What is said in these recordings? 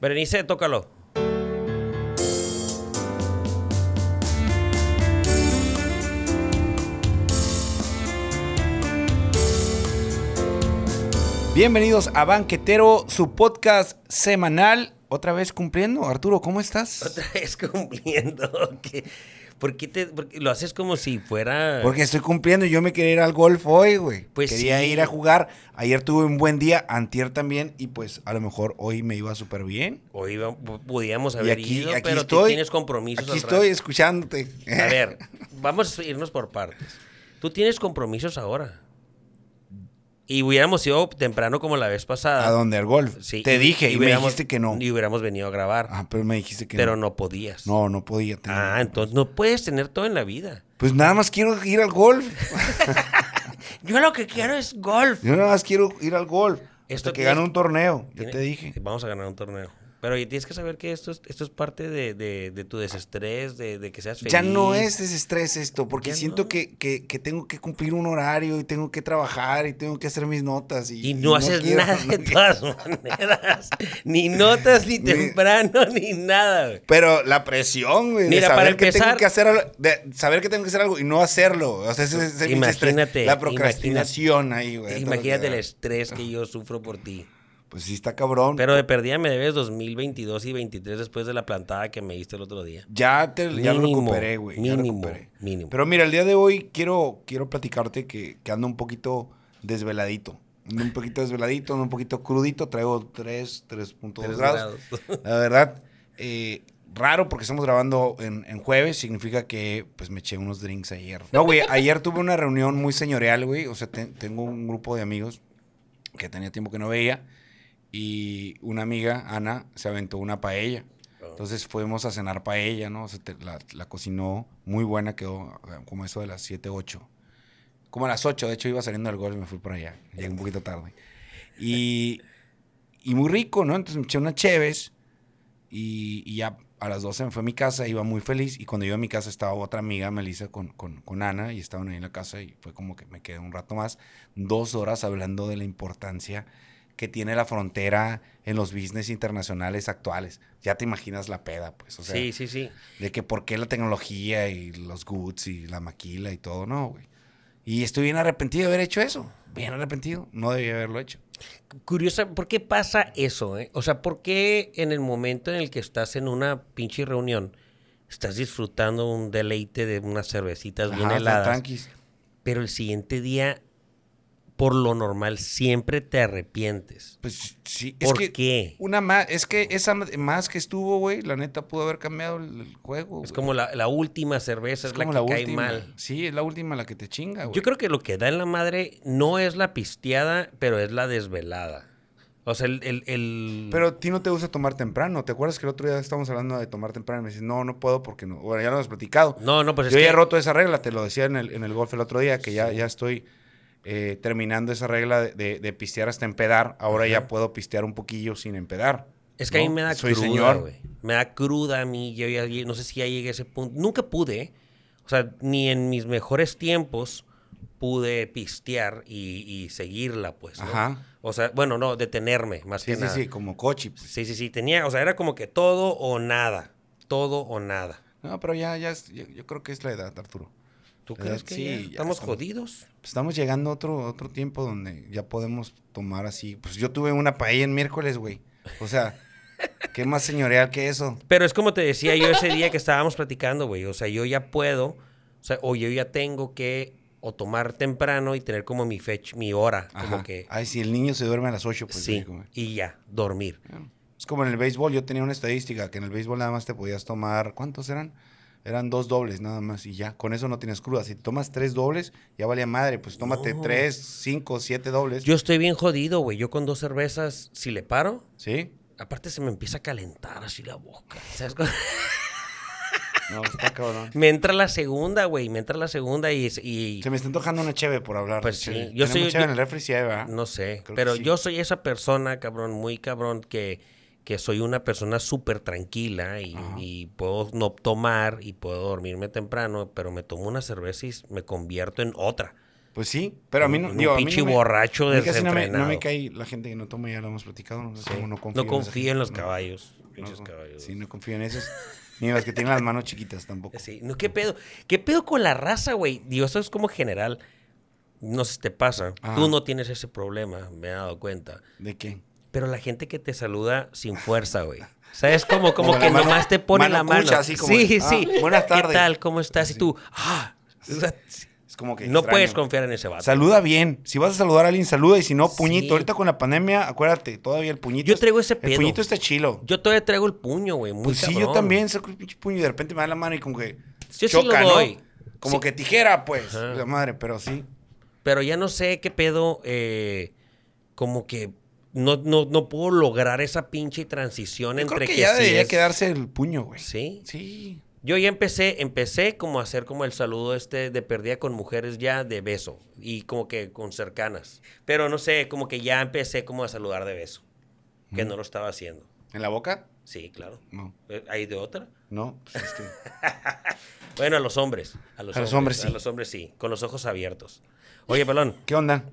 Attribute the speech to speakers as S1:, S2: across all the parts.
S1: Berenice, tócalo.
S2: Bienvenidos a Banquetero, su podcast semanal. Otra vez cumpliendo. Arturo, ¿cómo estás?
S1: Otra vez cumpliendo. ¿Qué? ¿Por qué te, por qué lo haces como si fuera...
S2: Porque estoy cumpliendo. Yo me quería ir al golf hoy, güey.
S1: Pues
S2: quería
S1: sí.
S2: ir a jugar. Ayer tuve un buen día, antier también. Y pues a lo mejor hoy me iba súper bien.
S1: Hoy iba- podíamos
S2: y
S1: haber
S2: aquí,
S1: ido,
S2: aquí
S1: pero tú
S2: estoy.
S1: tienes compromisos.
S2: Aquí
S1: al rato.
S2: estoy escuchándote.
S1: A ver, vamos a irnos por partes. Tú tienes compromisos ahora. Y hubiéramos ido temprano como la vez pasada.
S2: ¿A dónde? Al golf.
S1: Ah. Sí,
S2: Te
S1: y-
S2: dije y, me
S1: hubiéramos-
S2: dijiste que no.
S1: Y hubiéramos venido a grabar,
S2: Ah, pero me dijiste que
S1: pero
S2: no.
S1: no podías.
S2: No, no podía tener.
S1: Ah, entonces no puedes tener todo en la vida.
S2: Pues nada más quiero ir al golf.
S1: Yo lo que quiero es golf.
S2: Yo nada más quiero ir al golf.
S1: Esto
S2: Hasta que
S1: tienes-
S2: gane un torneo. Yo
S1: Tiene-
S2: te dije.
S1: Vamos a ganar un torneo. Pero oye, tienes que saber que esto es, esto es parte de, de- de tu desestrés, de, de que seas feliz.
S2: Ya no es desestrés esto, porque
S1: Ya
S2: siento
S1: no.
S2: que, que- que tengo que cumplir un horario y tengo que trabajar y tengo que hacer mis notas. Y,
S1: Y no, haces
S2: quiero,
S1: nada
S2: no
S1: de
S2: quiero.
S1: todas maneras. ni notas, ni
S2: Ni-
S1: temprano, ni nada. güey.
S2: Pero la presión, güey, de
S1: Mira,
S2: saber
S1: para
S2: que tengo
S1: empezar-
S2: que hacer algo, de saber que tengo que hacer algo y no hacerlo. O sea, ese- ese es mi desestrés.
S1: Imagínate,
S2: la procrastinación ahí, güey. todo lo que
S1: Imagínate el
S2: da.
S1: estrés que yo sufro por ti.
S2: Pues sí está cabrón.
S1: Pero de perdida me debes 2022 y 23 después de la plantada que me diste el otro día.
S2: Ya, te, ya lo
S1: Mínimo,
S2: recuperé, güey. ya lo
S1: mínimo,
S2: recuperé.
S1: mínimo.
S2: Pero mira, el día de hoy quiero, quiero platicarte que, que ando un poquito desveladito. Ando un poquito desveladito, ando un poquito crudito. Traigo 3, 3.2
S1: Tres
S2: grados.
S1: grados.
S2: La verdad, eh, raro porque estamos grabando en, en jueves. Significa que pues me eché unos drinks ayer. No, güey, ayer tuve una reunión muy señorial, güey. O sea, te- tengo un grupo de amigos que tenía tiempo que no veía. Y una amiga, Ana, se aventó una paella.
S1: Oh.
S2: Entonces fuimos a cenar paella, ¿no? O sea, te- la, la cocinó muy buena, quedó eh, como eso de las 7, 8. Como a las 8, de hecho iba saliendo del gol y me fui para allá. Llegué un poquito tarde. Y, y muy rico, ¿no? Entonces me eché unas cheves y, y ya a las 12 me fue a mi casa, iba muy feliz. Y cuando iba a mi casa estaba otra amiga, Melissa, con, con, con Ana, y estaban ahí en la casa y fue como que me quedé un rato más, dos horas hablando de la importancia que tiene la frontera en los business internacionales actuales. Ya te imaginas la peda, pues. O sea,
S1: sí, sí, sí.
S2: de que por qué la tecnología y los goods y la maquila y todo, no, güey. Y estoy bien arrepentido de haber hecho eso. Bien arrepentido. No debía haberlo hecho.
S1: Curiosa, ¿por qué pasa eso? eh? O sea, ¿por qué en el momento en el que estás en una pinche reunión estás disfrutando un deleite de unas cervecitas bien
S2: Ajá, están
S1: heladas?
S2: tranquis.
S1: Pero el siguiente día, por lo normal, siempre te arrepientes.
S2: Pues sí.
S1: ¿Por
S2: es que
S1: qué?
S2: Una más. Es que esa ma- más que estuvo, güey, la neta pudo haber cambiado el, el juego.
S1: Es
S2: güey.
S1: como la, la última cerveza, es,
S2: como
S1: la que cae
S2: última.
S1: mal.
S2: Sí, es la última la que te chinga, güey.
S1: Yo creo que lo que da en la madre no es la pisteada, pero es la desvelada. O sea, el... el- el-
S2: Pero a ti no te gusta tomar temprano. ¿Te acuerdas que el otro día estábamos hablando de tomar temprano? Y me dices, no, no puedo porque no. Bueno, ya lo hemos platicado.
S1: no, no, pues es
S2: Yo ya he
S1: que-
S2: roto esa regla, te lo decía en el, en el golf el otro día, que ya, ya estoy eh, terminando esa regla de, de- de pistear hasta empedar. Ahora ya puedo pistear un poquillo sin empedar.
S1: Es que a
S2: ¿no?
S1: mí me da
S2: Soy
S1: cruda,
S2: señor.
S1: güey. Me da cruda a mí. Yo ya llegué- no sé si ya llegué a ese punto. Nunca pude. ¿eh? O sea, ni en mis mejores tiempos pude pistear y, y seguirla, pues. ¿no?
S2: Ajá.
S1: O sea, bueno, no, detenerme, más
S2: Sí,
S1: que
S2: sí,
S1: nada.
S2: sí, como coche. pues.
S1: Sí, sí, sí. Tenía, o sea, era como que todo o nada. Todo o nada.
S2: No, pero ya, ya, es- yo, yo creo que es la edad, Arturo.
S1: ¿Tú
S2: La
S1: crees
S2: verdad,
S1: que
S2: Eh, sí,
S1: ya
S2: ya
S1: estamos
S2: estamos-
S1: jodidos?
S2: Estamos llegando a otro, otro tiempo donde ya podemos tomar así. Pues yo tuve una paella en miércoles, güey. O sea, ¿qué más señorial que eso?
S1: Pero es como te decía yo ese día que estábamos platicando, güey. O sea, yo ya puedo, o sea, o yo ya tengo que o tomar temprano y tener como mi fecha, mi hora, como
S2: Ajá.
S1: que
S2: Ay, si el niño se duerme a las 8, pues
S1: sí,
S2: güey, como-
S1: y ya, dormir.
S2: Es como en el béisbol, yo tenía una estadística que en el béisbol nada más te podías tomar, ¿cuántos eran? Eran dos dobles nada más y ya, con eso no tienes cruda. Si tomas tres dobles, ya valía madre, pues tómate
S1: No.
S2: tres, cinco, siete dobles.
S1: Yo estoy bien jodido, güey. Yo con dos cervezas, si le paro,
S2: ¿Sí?
S1: aparte se me empieza a calentar así la boca. ¿sabes cómo?
S2: No, está cabrón.
S1: me entra la segunda, güey. Me entra la segunda y, y
S2: Se me está antojando una cheve por hablar.
S1: Pues sí,
S2: Cheve.
S1: yo
S2: Tenemos
S1: soy-
S2: cheve
S1: yo-
S2: en el refri, sí, hay, ¿verdad?
S1: no sé.
S2: Creo que
S1: Pero
S2: sí.
S1: yo soy esa persona, cabrón, muy cabrón, que, que soy una persona súper tranquila y,
S2: Ajá.
S1: y puedo no tomar y puedo dormirme temprano, pero me tomo una cerveza y s- me convierto en otra.
S2: Pues sí, pero a mí no.
S1: Un
S2: digo, a mí
S1: pinche
S2: no me-
S1: borracho
S2: a mí casi no me,
S1: desenfrenado.
S2: no me cae la gente que no toma, ya lo hemos platicado. No, sé, no confío,
S1: No
S2: esa gente,
S1: confío en los
S2: no.
S1: caballos.
S2: No,
S1: Pinches
S2: no,
S1: caballos.
S2: Sí, no confío en esos. Ni en los que tienen las manos chiquitas tampoco.
S1: Sí, no, ¿qué pedo? ¿Qué pedo con la raza, güey? Digo, eso es como general. No sé si te pasa.
S2: Ajá.
S1: Tú no tienes ese problema, me he dado cuenta.
S2: ¿De qué?
S1: Pero la gente que te saluda sin fuerza, güey. ¿Sabes? Como, como
S2: Como
S1: que
S2: la mano-
S1: nomás te pone
S2: mano
S1: la mano.
S2: cucha, así como
S1: sí,
S2: de, "Ah,
S1: sí.
S2: buenas
S1: ¿Qué
S2: tardes".
S1: tal? ¿Cómo estás? Y
S2: Así.
S1: tú, ah. O sea,
S2: Es como que.
S1: no
S2: extraño.
S1: puedes confiar en ese vato.
S2: Saluda bien. Si vas a saludar a alguien, saluda. Y si no, puñito.
S1: Sí.
S2: Ahorita con la pandemia, acuérdate, todavía el puñito.
S1: Yo
S2: es-
S1: traigo ese
S2: El
S1: pedo.
S2: puñito está chilo.
S1: Yo todavía traigo el puño, güey. Muy
S2: Pues sí, yo
S1: cabrón.
S2: también saco el pinche puño y de repente me da la mano y como que.
S1: sí lo
S2: choca, ¿no?
S1: doy.
S2: Como
S1: Sí.
S2: que tijera, pues.
S1: Ajá.
S2: La madre, pero sí.
S1: Pero ya no sé qué pedo. eh, como que no, no, no puedo lograr esa pinche transición
S2: Yo
S1: entre
S2: creo que,
S1: que
S2: ya
S1: sí
S2: debería
S1: es-
S2: quedarse el puño, güey.
S1: Sí.
S2: Sí.
S1: Yo ya empecé, empecé como a hacer como el saludo este de perdida con mujeres ya de beso y como que con cercanas. Pero no sé, como que ya empecé como a saludar de beso, que no lo estaba haciendo.
S2: ¿En la boca?
S1: Sí, claro.
S2: No.
S1: Eh, ¿Hay de otra?
S2: No. pues es que-
S1: Bueno, a los hombres. A los,
S2: A los hombres, sí.
S1: A los hombres sí, con los ojos abiertos. Oye, pelón,
S2: ¿Qué onda?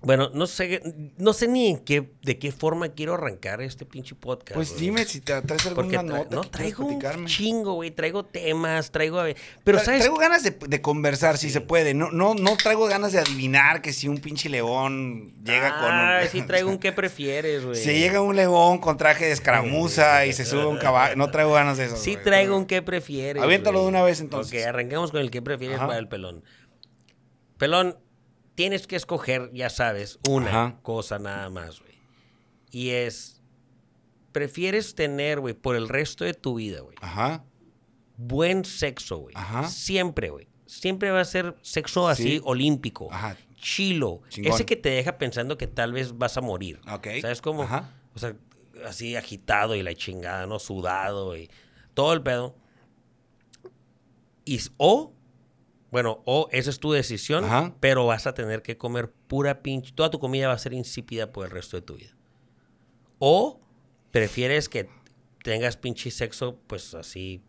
S1: bueno, no sé, no sé ni en qué, de qué forma quiero arrancar este pinche podcast.
S2: Pues
S1: güey.
S2: dime si te traes
S1: Porque
S2: alguna
S1: tra-
S2: nota.
S1: no
S2: que quieras
S1: traigo un
S2: platicarme.
S1: chingo, güey. Traigo temas, traigo... a ver, Pero,
S2: Tra-
S1: ¿sabes
S2: Traigo ganas de, de conversar, si se puede. No, no, no traigo ganas de adivinar que si un pinche león llega con un...
S1: Ah, sí traigo un qué prefieres, güey.
S2: Si llega un león con traje de escaramuza y se sube a un caballo, no traigo ganas de eso.
S1: Sí
S2: güey.
S1: traigo un qué prefieres.
S2: Aviéntalo
S1: güey.
S2: de una vez, entonces.
S1: Ok, arranquemos con el qué prefieres
S2: Ajá.
S1: para el pelón. Pelón, tienes que escoger, ya sabes, una
S2: Ajá.
S1: cosa nada más, güey. Y es, prefieres tener, güey, por el resto de tu vida, güey,
S2: Ajá.
S1: buen sexo, güey.
S2: Ajá.
S1: Siempre, güey. Siempre va a ser sexo así
S2: Sí.
S1: olímpico.
S2: Ajá.
S1: Chilo.
S2: Chingón.
S1: Ese que te deja pensando que tal vez vas a morir.
S2: Ok.
S1: ¿Sabes cómo?
S2: Ajá.
S1: O sea, así agitado y la chingada, ¿no? Sudado y todo el pedo. Y, s- o, bueno, o esa es tu decisión,
S2: Ajá.
S1: pero vas a tener que comer pura pinche. Toda tu comida va a ser insípida por el resto de tu vida. O prefieres que tengas pinche sexo, pues así,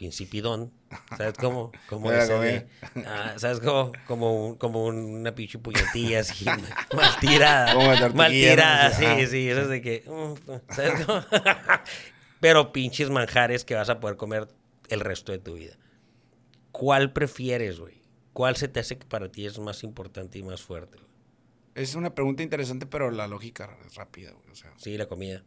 S1: insipidón. ¿Sabes cómo? Como
S2: Mira,
S1: ese
S2: como
S1: de- ah, ¿Sabes cómo? Como, un- como una pinche puñetilla así, mal tirada.
S2: Como de
S1: mal
S2: tortillera,
S1: tirada,
S2: no
S1: sí,
S2: sé, ajá.
S1: sí. Eso es de que. mm, ¿Sabes cómo? Pero pinches manjares que vas a poder comer el resto de tu vida. ¿Cuál prefieres, güey? ¿Cuál se te hace que para ti es más importante y más fuerte? güey?
S2: Es una pregunta interesante, pero la lógica es rápida, güey. O sea,
S1: Sí, la comida.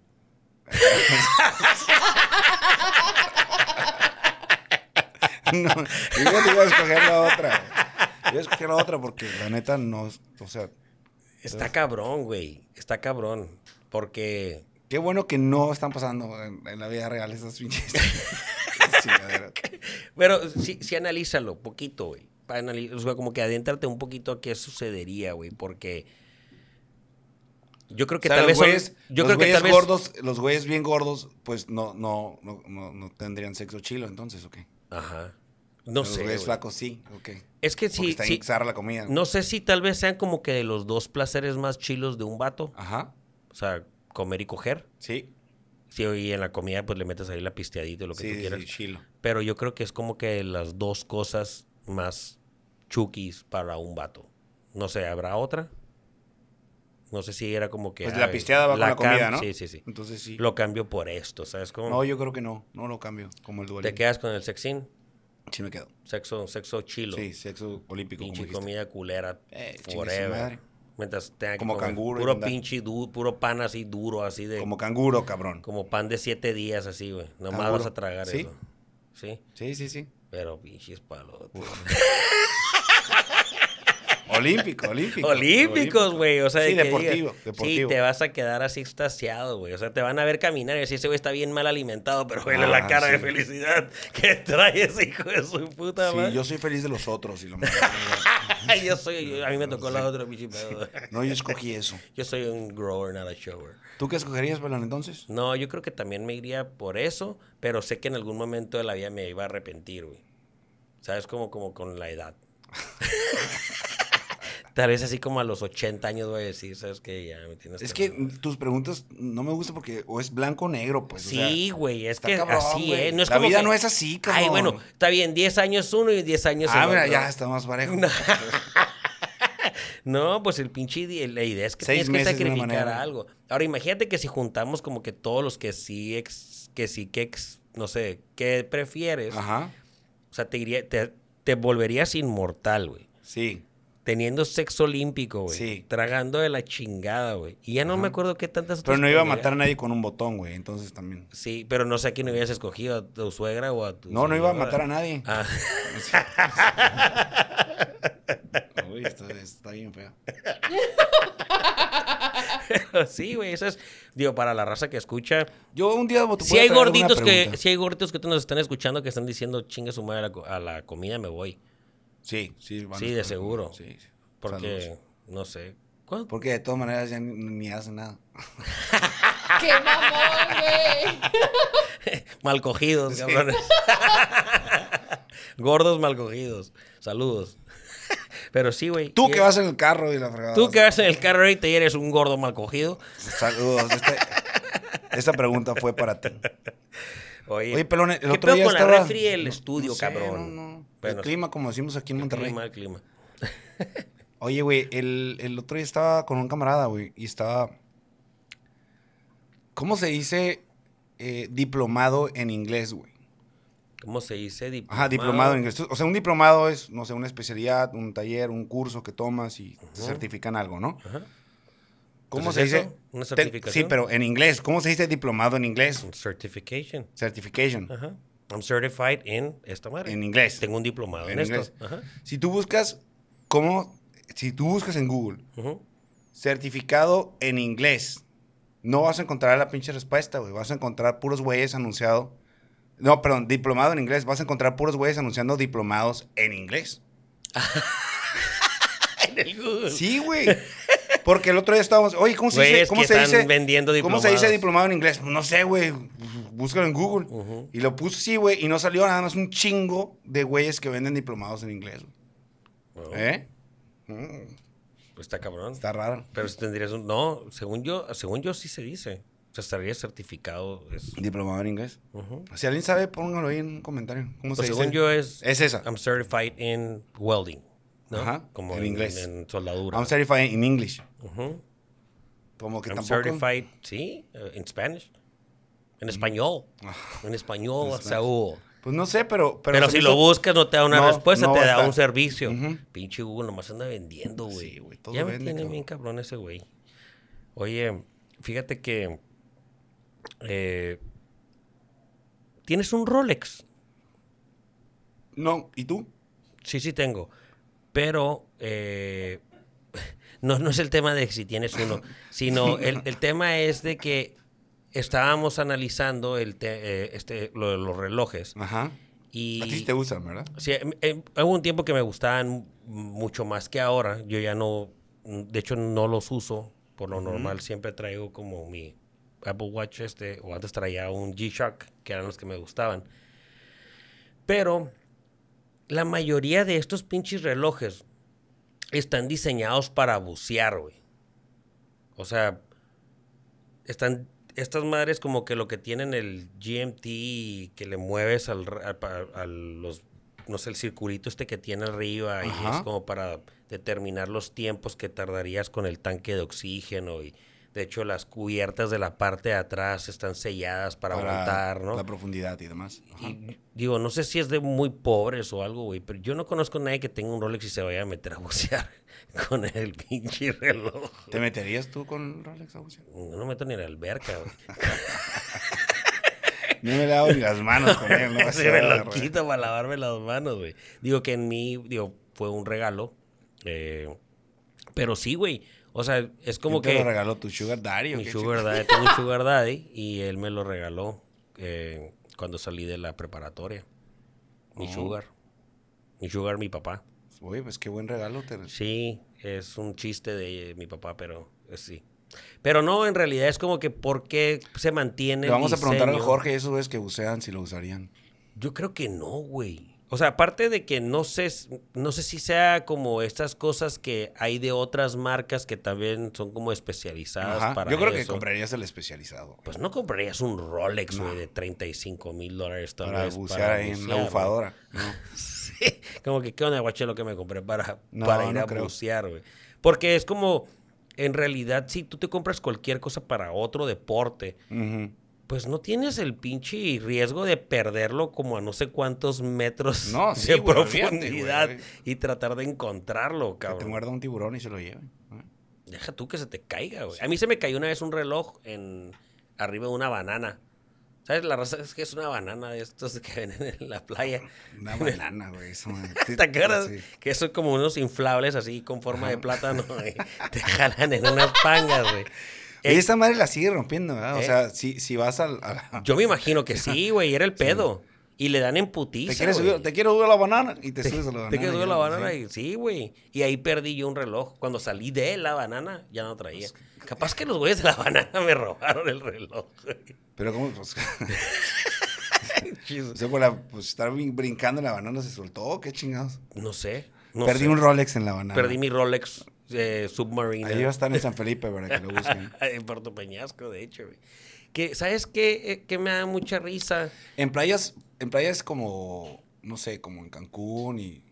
S2: no, yo creo que iba a escoger la otra. güey. Iba a escoger la otra porque la neta no, o sea,
S1: Está cabrón, güey. Está cabrón. Porque
S2: qué bueno que no están pasando en, en la vida real esas pinches. chingaderas.
S1: Pero sí, sí analízalo poquito, güey. Pa' anali- O sea, como que adéntrate un poquito a qué sucedería, güey. Porque yo creo que
S2: O sea,
S1: tal
S2: los
S1: vez... son-
S2: güeyes-
S1: yo
S2: los
S1: creo que
S2: güeyes
S1: tal vez...
S2: gordos, los güeyes bien gordos, pues no, no, no, no, no tendrían sexo chilo, entonces, ¿ok?
S1: Ajá. No
S2: los
S1: sé,
S2: güeyes
S1: güey.
S2: flacos sí, ¿ok?
S1: Es que
S2: Porque
S1: sí,
S2: está
S1: sí-
S2: inxar la comida.
S1: No sé si tal vez sean como que de los dos placeres más chilos de un vato.
S2: Ajá,
S1: O sea, comer y coger.
S2: sí,
S1: Sí, y en la comida pues le metes ahí la pisteadita o lo que
S2: sí,
S1: tú
S2: sí,
S1: quieras.
S2: sí, chilo.
S1: Pero yo creo que es como que las dos cosas más chuquis para un vato. No sé, ¿habrá otra? No sé si era como que...
S2: Pues la
S1: ay,
S2: pisteada va con la
S1: cam-
S2: comida, ¿no?
S1: Sí, sí, sí.
S2: Entonces sí.
S1: Lo cambio por esto, ¿sabes cómo?
S2: No, yo creo que no, no lo cambio, como el duelo.
S1: Te quedas con el sexín,
S2: Sí me quedo.
S1: sexo, sexo chilo.
S2: Sí, sexo olímpico, como
S1: pinche
S2: dijiste.
S1: comida culera
S2: Eh, chingue su
S1: forever.
S2: madre.
S1: Mientras tenga que
S2: Como
S1: comer
S2: canguro y
S1: Puro
S2: andar.
S1: pinche du- puro pan así duro, así de... Como,
S2: Como canguro, cabrón.
S1: pan de siete días así, güey. Nomás
S2: Canguro.
S1: vas a tragar
S2: ¿Sí?
S1: eso. Sí.
S2: Sí, sí, sí.
S1: Pero pinches palos.
S2: Olímpico, olímpico.
S1: Olímpicos, güey. O sea,
S2: Sí,
S1: de que
S2: deportivo,
S1: digas,
S2: deportivo.
S1: Sí, te vas a quedar así extasiado, güey. O sea, te van a ver caminar y decir, ese güey está bien mal alimentado, pero vele la
S2: Ah,
S1: cara de
S2: sí.
S1: felicidad que trae ese hijo de su puta madre.
S2: Sí, yo soy feliz de los otros y lo malo.
S1: Ay, yo soy, yo- a mí me tocó la otra pinche pedo.
S2: No, yo escogí eso.
S1: Yo soy un grower, not a shower.
S2: ¿Tú qué escogerías, Balón, entonces?
S1: No, yo creo que también me iría por eso, pero sé que en algún momento de la vida me iba a arrepentir, güey. ¿Sabes? Como, como con la edad. Tal vez así como a los 80 años voy a decir, ¿sabes qué? Ya me tienes
S2: Es
S1: que-
S2: que tus preguntas no me gustan porque o es blanco o negro, pues. o sea,
S1: Sí, güey, es
S2: está
S1: que
S2: cabrón,
S1: así,
S2: güey.
S1: ¿eh? No es
S2: La
S1: como
S2: vida
S1: que-
S2: no es así, cabrón.
S1: Ay, bueno, está bien, 10 años uno y 10 años
S2: ah,
S1: el
S2: mira,
S1: otro.
S2: ya está más parejo.
S1: No, pues el pinche, di- la idea es que
S2: Seis
S1: tienes que
S2: meses de una
S1: sacrificar
S2: manera.
S1: algo. Ahora imagínate que si juntamos como que todos los que sí, ex- que sí, que ex- no sé, ¿qué prefieres?
S2: Ajá.
S1: O sea, te, iría- te, te volverías inmortal, güey.
S2: Sí.
S1: Pues Teniendo sexo olímpico, güey.
S2: Sí.
S1: Tragando de la chingada, güey. Y ya no me acuerdo qué tantas
S2: Pero
S1: otras
S2: no iba a
S1: probabilidades.
S2: matar a nadie con un botón, güey. Entonces también.
S1: Sí, pero no sé a quién hubieras escogido, a tu suegra o a tu.
S2: No, no iba a matar a nadie.
S1: Pues Ah,
S2: Uy, esto está bien feo.
S1: sí, güey, eso es. Digo, para la raza que escucha.
S2: Yo un día voy
S1: Si hay, gorditos que, si hay gorditos que tú nos están escuchando que están diciendo chingue su madre a la, co- a la comida, me voy.
S2: Sí, sí. van a
S1: Sí, de
S2: escoger.
S1: seguro.
S2: Sí, sí.
S1: Porque,
S2: Saludos.
S1: no sé. ¿Cuándo?
S2: Porque de todas maneras ya ni, ni hacen nada.
S3: ¡Qué mamón, güey!
S1: Mal cogidos, cabrones. Gordos mal cogidos. Saludos. Pero sí, güey.
S2: Tú
S1: y-
S2: que vas en el carro y la fregada.
S1: Tú que vas en el carro ahorita y eres un gordo mal cogido.
S2: Saludos. Este- esta pregunta fue para ti.
S1: Oye,
S2: Oye, pelón, el
S1: ¿qué
S2: otro
S1: pedo
S2: día
S1: con
S2: estaba-
S1: la refri y el
S2: no-
S1: estudio,
S2: no sé,
S1: cabrón?
S2: no, no.
S1: Bueno,
S2: el clima, como decimos aquí en
S1: el
S2: Monterrey.
S1: clima, el clima.
S2: Oye, güey, el, el otro día estaba con un camarada, güey, y estaba. ¿Cómo se dice eh, diplomado en inglés, güey?
S1: ¿Cómo se dice? Diplomado.
S2: Ajá, diplomado en inglés. Tú- O sea, un diplomado es, no sé, una especialidad, un taller, un curso que tomas y te certifican algo, ¿no?
S1: Ajá.
S2: ¿Cómo se
S1: Entonces,
S2: dice?
S1: eso, una
S2: Te-
S1: certificación.
S2: sí, pero en inglés. ¿Cómo se dice diplomado en inglés?
S1: Certification.
S2: Certification.
S1: Ajá. I'm certified en esta madre.
S2: En inglés.
S1: Ah, Tengo un diplomado en,
S2: En inglés.
S1: esto. Ajá.
S2: Si tú buscas, ¿cómo? Si tú buscas en Google,
S1: Ujú.
S2: certificado en inglés, no vas a encontrar la pinche respuesta, güey. Vas a encontrar puros güeyes anunciado. No, perdón, diplomado en inglés. Vas a encontrar puros güeyes anunciando diplomados en inglés.
S1: En el Google.
S2: Sí, güey. Porque el otro día estábamos, oye, ¿cómo se dice?
S1: Güeyes
S2: ¿Cómo
S1: que
S2: se
S1: están
S2: dice?
S1: vendiendo
S2: ¿Cómo se dice
S1: diplomados?
S2: diplomado en inglés? No sé, güey. Búscalo en Google.
S1: Ujú.
S2: Y lo puse sí, güey. Y no salió nada más un chingo de güeyes que venden diplomados en inglés. güey.
S1: Wow,
S2: ¿Eh? Mm,
S1: pues está cabrón.
S2: está raro.
S1: Pero si tendrías un... No, según yo, según yo sí se dice. O sea, estaría certificado. es-
S2: Diplomado en inglés.
S1: Ujú.
S2: Si alguien sabe, póngalo ahí en un comentario. ¿Cómo se
S1: Pues según
S2: dice?
S1: yo es...
S2: Es esa.
S1: I'm certified in welding. ¿no?
S2: Ajá,
S1: Como
S2: en
S1: en,
S2: inglés.
S1: En soldadura.
S2: I'm certified in English.
S1: Ujú.
S2: Como que
S1: I'm
S2: tampoco.
S1: certified, sí, en Spanish. En español.
S2: Ah.
S1: En español, Saúl.
S2: Pues no sé, pero.
S1: Pero,
S2: Pero, se
S1: si
S2: me
S1: lo
S2: hizo-
S1: buscas, no te da una
S2: No,
S1: respuesta,
S2: no
S1: te
S2: va a
S1: da
S2: estar.
S1: un servicio.
S2: Ujú.
S1: Pinche Google nomás anda vendiendo, güey.
S2: Sí, güey, todo
S1: ya me
S2: vende,
S1: tiene
S2: cabrón.
S1: bien cabrón ese güey. Oye, fíjate que. eh, ¿Tienes un Rolex?
S2: No, ¿y tú?
S1: Sí, sí tengo. Pero eh, no, no es el tema de si tienes uno, sino el, el tema es de que estábamos analizando el te- eh, este, lo de los relojes.
S2: Ajá.
S1: Y
S2: A ti sí te usan, ¿verdad?
S1: Sí, em- em, hubo un tiempo que me gustaban mucho más que ahora. Yo ya no, de hecho no los uso. Por lo normal siempre traigo como mi Apple Watch este, o antes traía un G-Shock, que eran los que me gustaban. Pero la mayoría de estos pinches relojes están diseñados para bucear, güey. O sea, están estas madres como que lo que tienen el GMT y que le mueves al, r- al pa- a los no sé el circulito este que tiene arriba y
S2: Ajá.
S1: es como para determinar los tiempos que tardarías con el tanque de oxígeno y de hecho las cubiertas de la parte de atrás están selladas para, montar, ¿no?
S2: La profundidad y demás. Ajá.
S1: Y digo, no sé si es de muy pobres o algo, güey, pero yo no conozco a nadie que tenga un Rolex y se vaya a meter a bucear con el pinche reloj.
S2: ¿Te meterías tú con el Rolex a bucear?
S1: No me meto ni en la alberca, güey.
S2: No me he dado ni las manos con él. No
S1: se me lo quito para lavarme las manos, güey. Digo que en mí, digo, fue un regalo. eh, pero sí, güey. O sea, es como
S2: Como que. Te lo
S1: que
S2: regaló tu Sugar Daddy. o
S1: mi
S2: qué
S1: sugar daddy, tengo un sugar daddy y él me lo regaló eh, cuando salí de la preparatoria. Mi
S2: Oh.
S1: sugar. Mi sugar, mi papá.
S2: chingados? Oye, pues qué buen regalo. Te...
S1: Sí, es un chiste de eh, mi papá, pero eh, sí. Pero no, en realidad es como que por qué se mantiene.
S2: Le
S1: el
S2: vamos a preguntar al
S1: diseño?
S2: Jorge esos güeyes que bucean si lo usarían.
S1: Yo creo que no, güey. O sea, aparte de que no sé, s- no sé si sea como estas cosas que hay de otras marcas que también son como especializadas
S2: Ajá.
S1: para
S2: Yo creo que
S1: eso.
S2: comprarías el especializado. güey,
S1: Pues no comprarías un Rolex, güey, de 35 mil dólares tal
S2: Para
S1: vez
S2: bucear
S1: para
S2: ahí en la
S1: bucear, güey.
S2: bufadora. ¿no?
S1: Sí, como que qué onda, guache, lo que me compré para,
S2: No,
S1: para ir
S2: no
S1: a
S2: creo.
S1: bucear, güey. Porque es como, en realidad, si tú te compras cualquier cosa para otro deporte,
S2: Ujú.
S1: pues no tienes el pinche riesgo de perderlo como a no sé cuántos metros
S2: No, sí,
S1: de
S2: güey, olvídate,
S1: profundidad
S2: güey.
S1: y tratar de encontrarlo,
S2: Que te
S1: cabrón.
S2: muerda un tiburón y se lo lleve. ¿no?
S1: Deja tú que se te caiga, güey. A mí se me cayó una vez un reloj en arriba de una banana. ¿Sabes? La raza es que es una banana de estos que venden en la playa.
S2: Una banana, güey. eso, güey. Sí,
S1: ¿Te acuerdas?
S2: sí.
S1: Que son como unos inflables así con forma de plátano y te jalan en unas pangas, güey.
S2: Oye,
S1: Eh,
S2: esta madre la sigue rompiendo, ¿verdad? O
S1: ¿Eh?
S2: sea, si, si vas al. a la-
S1: Yo me imagino que sí, güey. Era el pedo. Y le dan en putiza,
S2: te, quieres
S1: güey.
S2: subir, te quiero subir a la banana y te,
S1: Te-
S2: subes a la banana.
S1: te quedó la
S2: güey,
S1: banana
S2: sí.
S1: y sí, güey. Y ahí perdí yo un reloj. Cuando salí de la banana, ya no traía.
S2: Pues,
S1: Capaz que los güeyes de la banana me robaron el reloj. güey.
S2: Pero como, pues. o sea, por la- pues, estar brin- brincando en la banana se soltó, qué chingados.
S1: No sé. no
S2: Perdí
S1: sé.
S2: un Rolex en la banana.
S1: Perdí mi Rolex eh, Submariner.
S2: Ahí va a estar en San Felipe para que lo busquen.
S1: en Puerto Peñasco, de hecho, güey. Que, ¿Sabes qué? Eh, que me da mucha risa.
S2: En playas, en playas como, no sé, como en Cancún y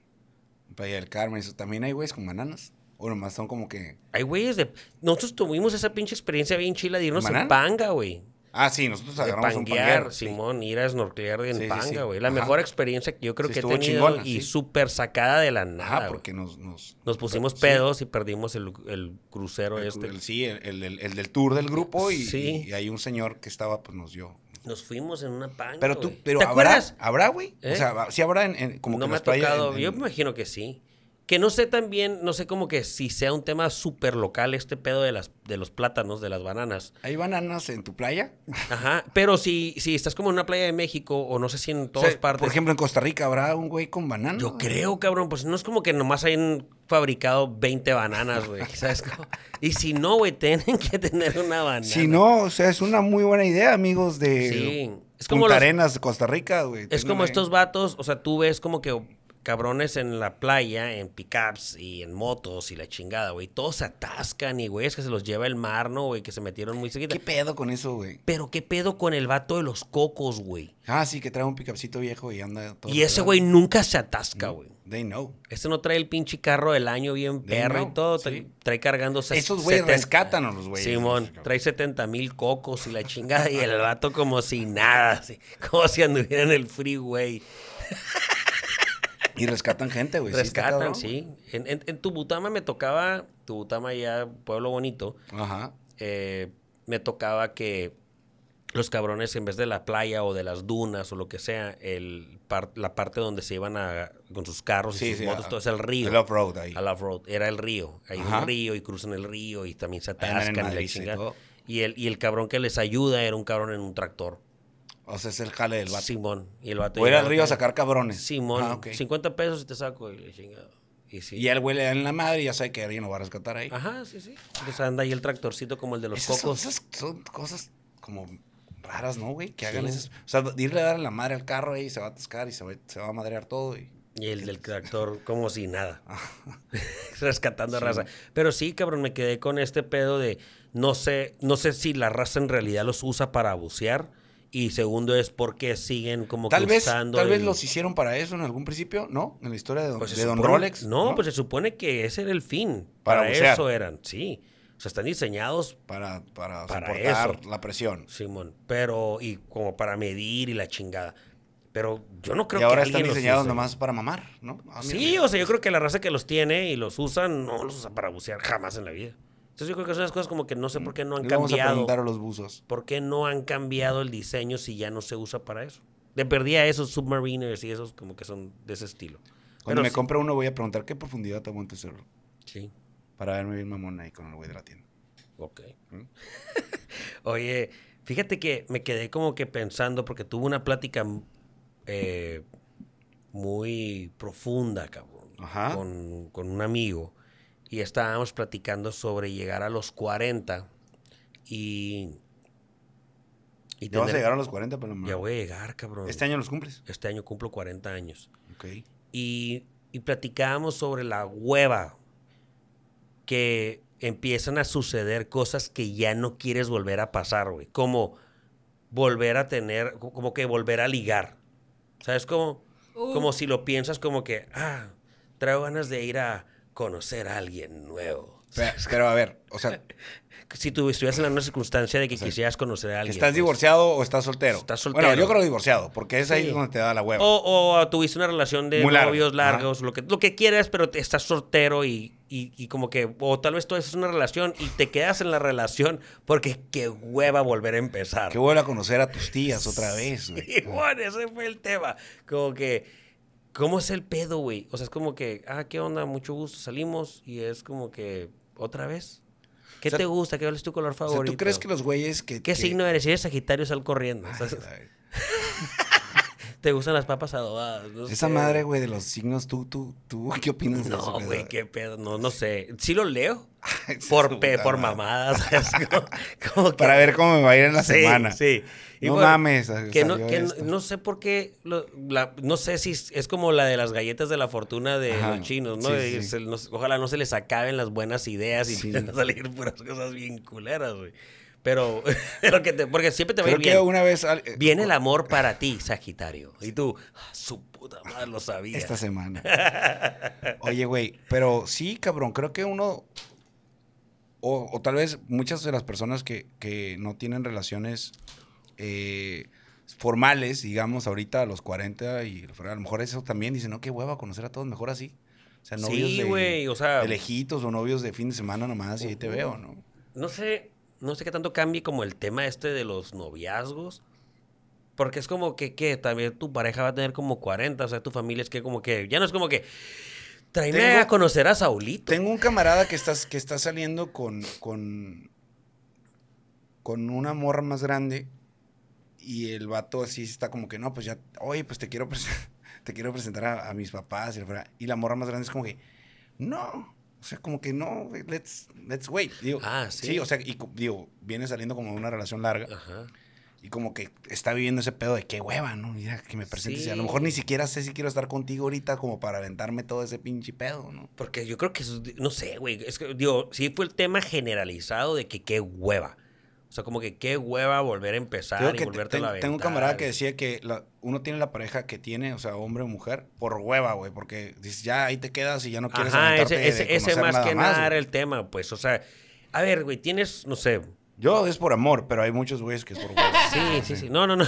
S2: en Playa del Carmen, eso también hay güeyes con bananas. O nomás son como que.
S1: Hay güeyes de. Nosotros tuvimos esa pinche experiencia bien chila de irnos
S2: ¿Banana?
S1: en panga, güey.
S2: Ah, sí, nosotros
S1: De
S2: agarramos un
S1: panguear,
S2: panguero. sí.
S1: Simón, ir a snorkelear en
S2: Sí, sí, sí.
S1: panga, güey. La
S2: Ajá.
S1: mejor experiencia que yo creo
S2: Sí,
S1: que he
S2: estuvo
S1: tenido
S2: chingona,
S1: y
S2: sí.
S1: súper sacada de la nada.
S2: Ajá,
S1: güey.
S2: porque nos. nos
S1: Nos pusimos
S2: sí.
S1: pedos y perdimos el, el crucero
S2: El-
S1: este.
S2: el- sí, el, el- el- el del tour del grupo y,
S1: Sí.
S2: y- y hay un señor que estaba, pues nos dio.
S1: Nos fuimos en una panga.
S2: Pero tú,
S1: güey.
S2: pero
S1: ¿Te
S2: habrá,
S1: acuerdas?
S2: habrá, güey.
S1: ¿Eh?
S2: O sea, va- sí habrá en, en- como
S1: no
S2: que
S1: me
S2: las
S1: ha
S2: playas
S1: tocado.
S2: en- en-
S1: Yo me imagino que sí. Que no sé también, no sé como que si sea un tema súper local este pedo de, las, de los plátanos, de las bananas.
S2: ¿Hay bananas en tu playa?
S1: Ajá. Pero si, si estás como en una playa de México o no sé si en todas
S2: O sea,
S1: partes.
S2: Por ejemplo, en Costa Rica habrá un güey con bananas.
S1: Yo
S2: güey?
S1: creo, cabrón, pues no es como que nomás hayan fabricado 20 bananas, güey, ¿sabes cómo? Y si no, güey, tienen que tener una banana.
S2: Si no, o sea, es una muy buena idea, amigos de
S1: Sí. Es
S2: es
S1: como
S2: como
S1: los-
S2: Arenas, Costa Rica, güey.
S1: Es
S2: Tengan
S1: como
S2: ahí.
S1: estos vatos, o sea, tú ves como que cabrones en la playa, en pickups y en motos y la chingada, güey. Todos se atascan y, güey, es que se los lleva el mar, ¿no, güey? Que se metieron muy seguida.
S2: ¿Qué pedo con eso, güey?
S1: Pero qué pedo con el vato de los cocos, güey.
S2: Ah, sí, que trae un picapcito viejo y anda todo.
S1: Y ese
S2: pelado.
S1: güey nunca se atasca, güey.
S2: They know.
S1: Este no trae el pinche carro del año bien
S2: De
S1: perro
S2: no,
S1: y todo.
S2: sí.
S1: Trae, trae cargando... ses-
S2: Esos güeyes
S1: 70.
S2: rescatan a los güeyes.
S1: Simón, trae 70 mil cocos y la chingada. y el vato como si nada, así, como si anduviera en el freeway.
S2: Y rescatan gente, güey. Pues está
S1: Rescatan,
S2: cabrón.
S1: sí. En, en, en Tubutama me tocaba... Tubutama ya, pueblo bonito.
S2: Ajá.
S1: eh, me tocaba que los cabrones en vez de la playa o de las dunas o lo que sea, el par- la parte donde se iban a, con sus carros y
S2: Sí,
S1: sus
S2: sí,
S1: motos,
S2: a-
S1: todo es el río.
S2: el off-road ahí.
S1: Al off-road, era el río. Hay
S2: Ajá.
S1: un río y cruzan el río y también se
S2: andan en
S1: atascan y la
S2: Madrid y
S1: chingada.
S2: todo.
S1: Y el, y el cabrón que les ayuda era un cabrón en un tractor.
S2: O sea, es el jale del vato.
S1: Simón. Y el vato
S2: o ir al
S1: llegaba
S2: río a
S1: acá,
S2: sacar cabrones.
S1: Simón,
S2: Ah, ok.
S1: 50 pesos y te saco. Y la chingada. Y sí.
S2: Y ya el güey le dan la madre y ya sabe que alguien lo va a rescatar ahí.
S1: Ajá, sí, sí. Entonces anda ahí el tractorcito como el de los
S2: Esas son,
S1: cocos.
S2: esas son cosas como raras, ¿no, güey? Que hagan
S1: Sí.
S2: esas. O sea, irle a dar la madre al carro ahí se va a atascar y se va, se va a madrear todo. Y...
S1: Y el del tractor como si nada.
S2: Ah.
S1: Rescatando a raza. Pero sí, cabrón, me quedé con este pedo de no sé, no sé si la raza en realidad los usa para bucear. Y segundo es porque siguen como
S2: Tal
S1: que
S2: vez,
S1: usando.
S2: tal vez
S1: el-
S2: los hicieron para eso en algún principio, ¿no? En la historia de Don,
S1: Pues se
S2: de Don
S1: supone-
S2: Rolex.
S1: No, pues se supone que ese era el fin.
S2: Para
S1: Para,
S2: bucear.
S1: eso eran, sí. O sea, están diseñados,
S2: Para, para,
S1: Para
S2: soportar
S1: eso.
S2: la presión.
S1: Simón. Pero, y como para medir y la chingada. Pero yo no creo
S2: y ahora
S1: que.
S2: están
S1: alguien los
S2: diseñados
S1: use.
S2: nomás para mamar, ¿no? Ah, mira.
S1: Sí, o sea, yo creo que la raza que los tiene y los usa no los usa para bucear jamás en la vida. Entonces yo creo que son las cosas como que no sé por qué no han
S2: Mm. Le vamos a
S1: cambiado.
S2: preguntar a los buzos.
S1: ¿Por qué no han cambiado el diseño si ya no se usa para eso? Le perdí a esos submariners y esos como que son de ese estilo.
S2: Cuando
S1: Pero
S2: me
S1: sí-
S2: compre uno voy a preguntar qué profundidad te aguanta hacerlo.
S1: Sí,
S2: Para verme bien mamón ahí con el güey de la tienda.
S1: ok.
S2: ¿Mm?
S1: Oye, fíjate que me quedé como que pensando porque tuve una plática eh, muy profunda, cabrón,
S2: Ajá.
S1: Con, con un amigo. Y estábamos platicando sobre llegar a los 40 y... y
S2: Ya vas a
S1: tener-
S2: llegar a los 40, pero
S1: Ya voy a llegar, cabrón.
S2: Este año los cumples.
S1: Este año cumplo 40 años.
S2: Ok.
S1: Y, y platicábamos sobre la hueva que empiezan a suceder cosas que ya no quieres volver a pasar, güey. Como volver a tener, co- como que volver a ligar. ¿Sabes cómo?
S3: Uh.
S1: Como si lo piensas como que, ah, traigo ganas de ir a conocer a alguien nuevo.
S2: Pero, pero a ver, o sea, ¿que
S1: Si tú estuvieras en una circunstancia de que quisieras conocer a alguien.
S2: ¿estás
S1: pues.
S2: divorciado o estás soltero?
S1: Estás soltero.
S2: Bueno, yo creo divorciado, porque es ahí
S1: Sí. Oh.
S2: donde te da la hueva.
S1: O, o tuviste una relación de
S2: Muy larga,
S1: novios
S2: ajá.
S1: largos, lo que, lo que quieras, pero te- estás soltero y, y- y como que, o tal vez tú haces una relación y te quedas en la relación porque qué hueva volver a empezar.
S2: Que vuelva a conocer a tus tías otra vez, güey.
S1: Y bueno, ese fue el tema. Como que, ¿cómo es el pedo, güey? O sea, es como que, ah, ¿qué onda? Mucho gusto, salimos y es como que, ¿otra vez? ¿Qué
S2: O sea,
S1: te gusta? ¿Qué es tu color
S2: O sea,
S1: favorito?
S2: ¿tú crees que los güeyes que...
S1: ¿Qué
S2: que-
S1: signo eres? Si eres Sagitario, sal corriendo. O sea, ¿Te gustan las papas adobadas? No
S2: Esa
S1: sé.
S2: madre, güey, de los signos, ¿tú, tú, tú qué opinas de eso?
S1: No,
S2: pedo?
S1: güey, qué pedo. No, no sé. Sí lo leo.
S2: Ay, esa es
S1: Por,
S2: su
S1: pe-
S2: puta
S1: por
S2: madre.
S1: mamadas. es como- como que-
S2: Para ver cómo me va a ir en la
S1: sí,
S2: semana.
S1: Sí.
S2: No mames, ah,
S1: Que no,
S2: salió
S1: que no-
S2: esto.
S1: no sé por qué. lo- la- no sé si es es como la de las galletas de la fortuna de
S2: Ajá,
S1: los chinos, ¿no?
S2: sí,
S1: De-
S2: sí.
S1: se- no- ojalá no se les acaben las buenas ideas y
S2: Sí.
S1: te van a salir puras cosas bien culeras, güey. Pero, pero que te- porque siempre te va a
S2: Creo
S1: ir
S2: que
S1: bien.
S2: una vez... al- eh,
S1: Viene el amor para ti, Sagitario. Y tú, "Ah, su puta madre, lo sabía.
S2: Esta semana. Oye, güey, pero sí, cabrón, creo que uno. O, o tal vez muchas de las personas que, que no tienen relaciones eh, formales, digamos, ahorita a los 40 y a lo mejor eso también dicen, no, qué hueva conocer a todos, mejor así. O sea, novios
S1: Sí,
S2: de-
S1: güey, o sea-
S2: de lejitos o novios de fin de semana nomás y ahí te veo, ¿no?
S1: No sé, no sé qué tanto cambie como el tema este de los noviazgos. Porque es como que, ¿qué? También tu pareja va a tener como 40, o sea, tu familia es que como que, ya no es como que, tráeme
S2: Tengo-
S1: a conocer a Saulito.
S2: Tengo un camarada que, estás, que está saliendo con, con, con una morra más grande y el vato así está como que, no, pues ya, oye, pues te quiero, pres- te quiero presentar a, a mis papás. Y la, fregada. Y la morra más grande es como que, no, o sea, como que no, güey, let's, let's wait. Digo,
S1: Ah, sí.
S2: o sea, y co- digo, viene saliendo como de una relación larga
S1: Ajá.
S2: y como que está viviendo ese pedo de qué hueva, ¿no? Mira, que me presentes. Y a lo
S1: Sí.
S2: mejor ni siquiera sé si quiero estar contigo ahorita como para aventarme todo ese pinche pedo, ¿no?
S1: Porque yo creo que, eso- no sé, güey, es que, digo, sí fue el tema generalizado de que qué hueva. O sea, como que qué hueva volver a empezar
S2: Creo
S1: y
S2: que
S1: volverte
S2: ten-
S1: a
S2: tengo un camarada que decía que la- uno tiene la pareja que tiene, o sea, hombre o mujer, por hueva, güey, porque dices, ya ahí te quedas y ya no quieres
S1: Ajá,
S2: aventarte
S1: ese, ese,
S2: de
S1: ese
S2: conocer
S1: más
S2: nada
S1: que
S2: más,
S1: nada era
S2: güey.
S1: el tema, pues, o sea, a ver, güey, tienes, no sé,
S2: Yo es por amor, pero hay muchos güeyes que es por hueva.
S1: Sí, sí, sí. No, no, no.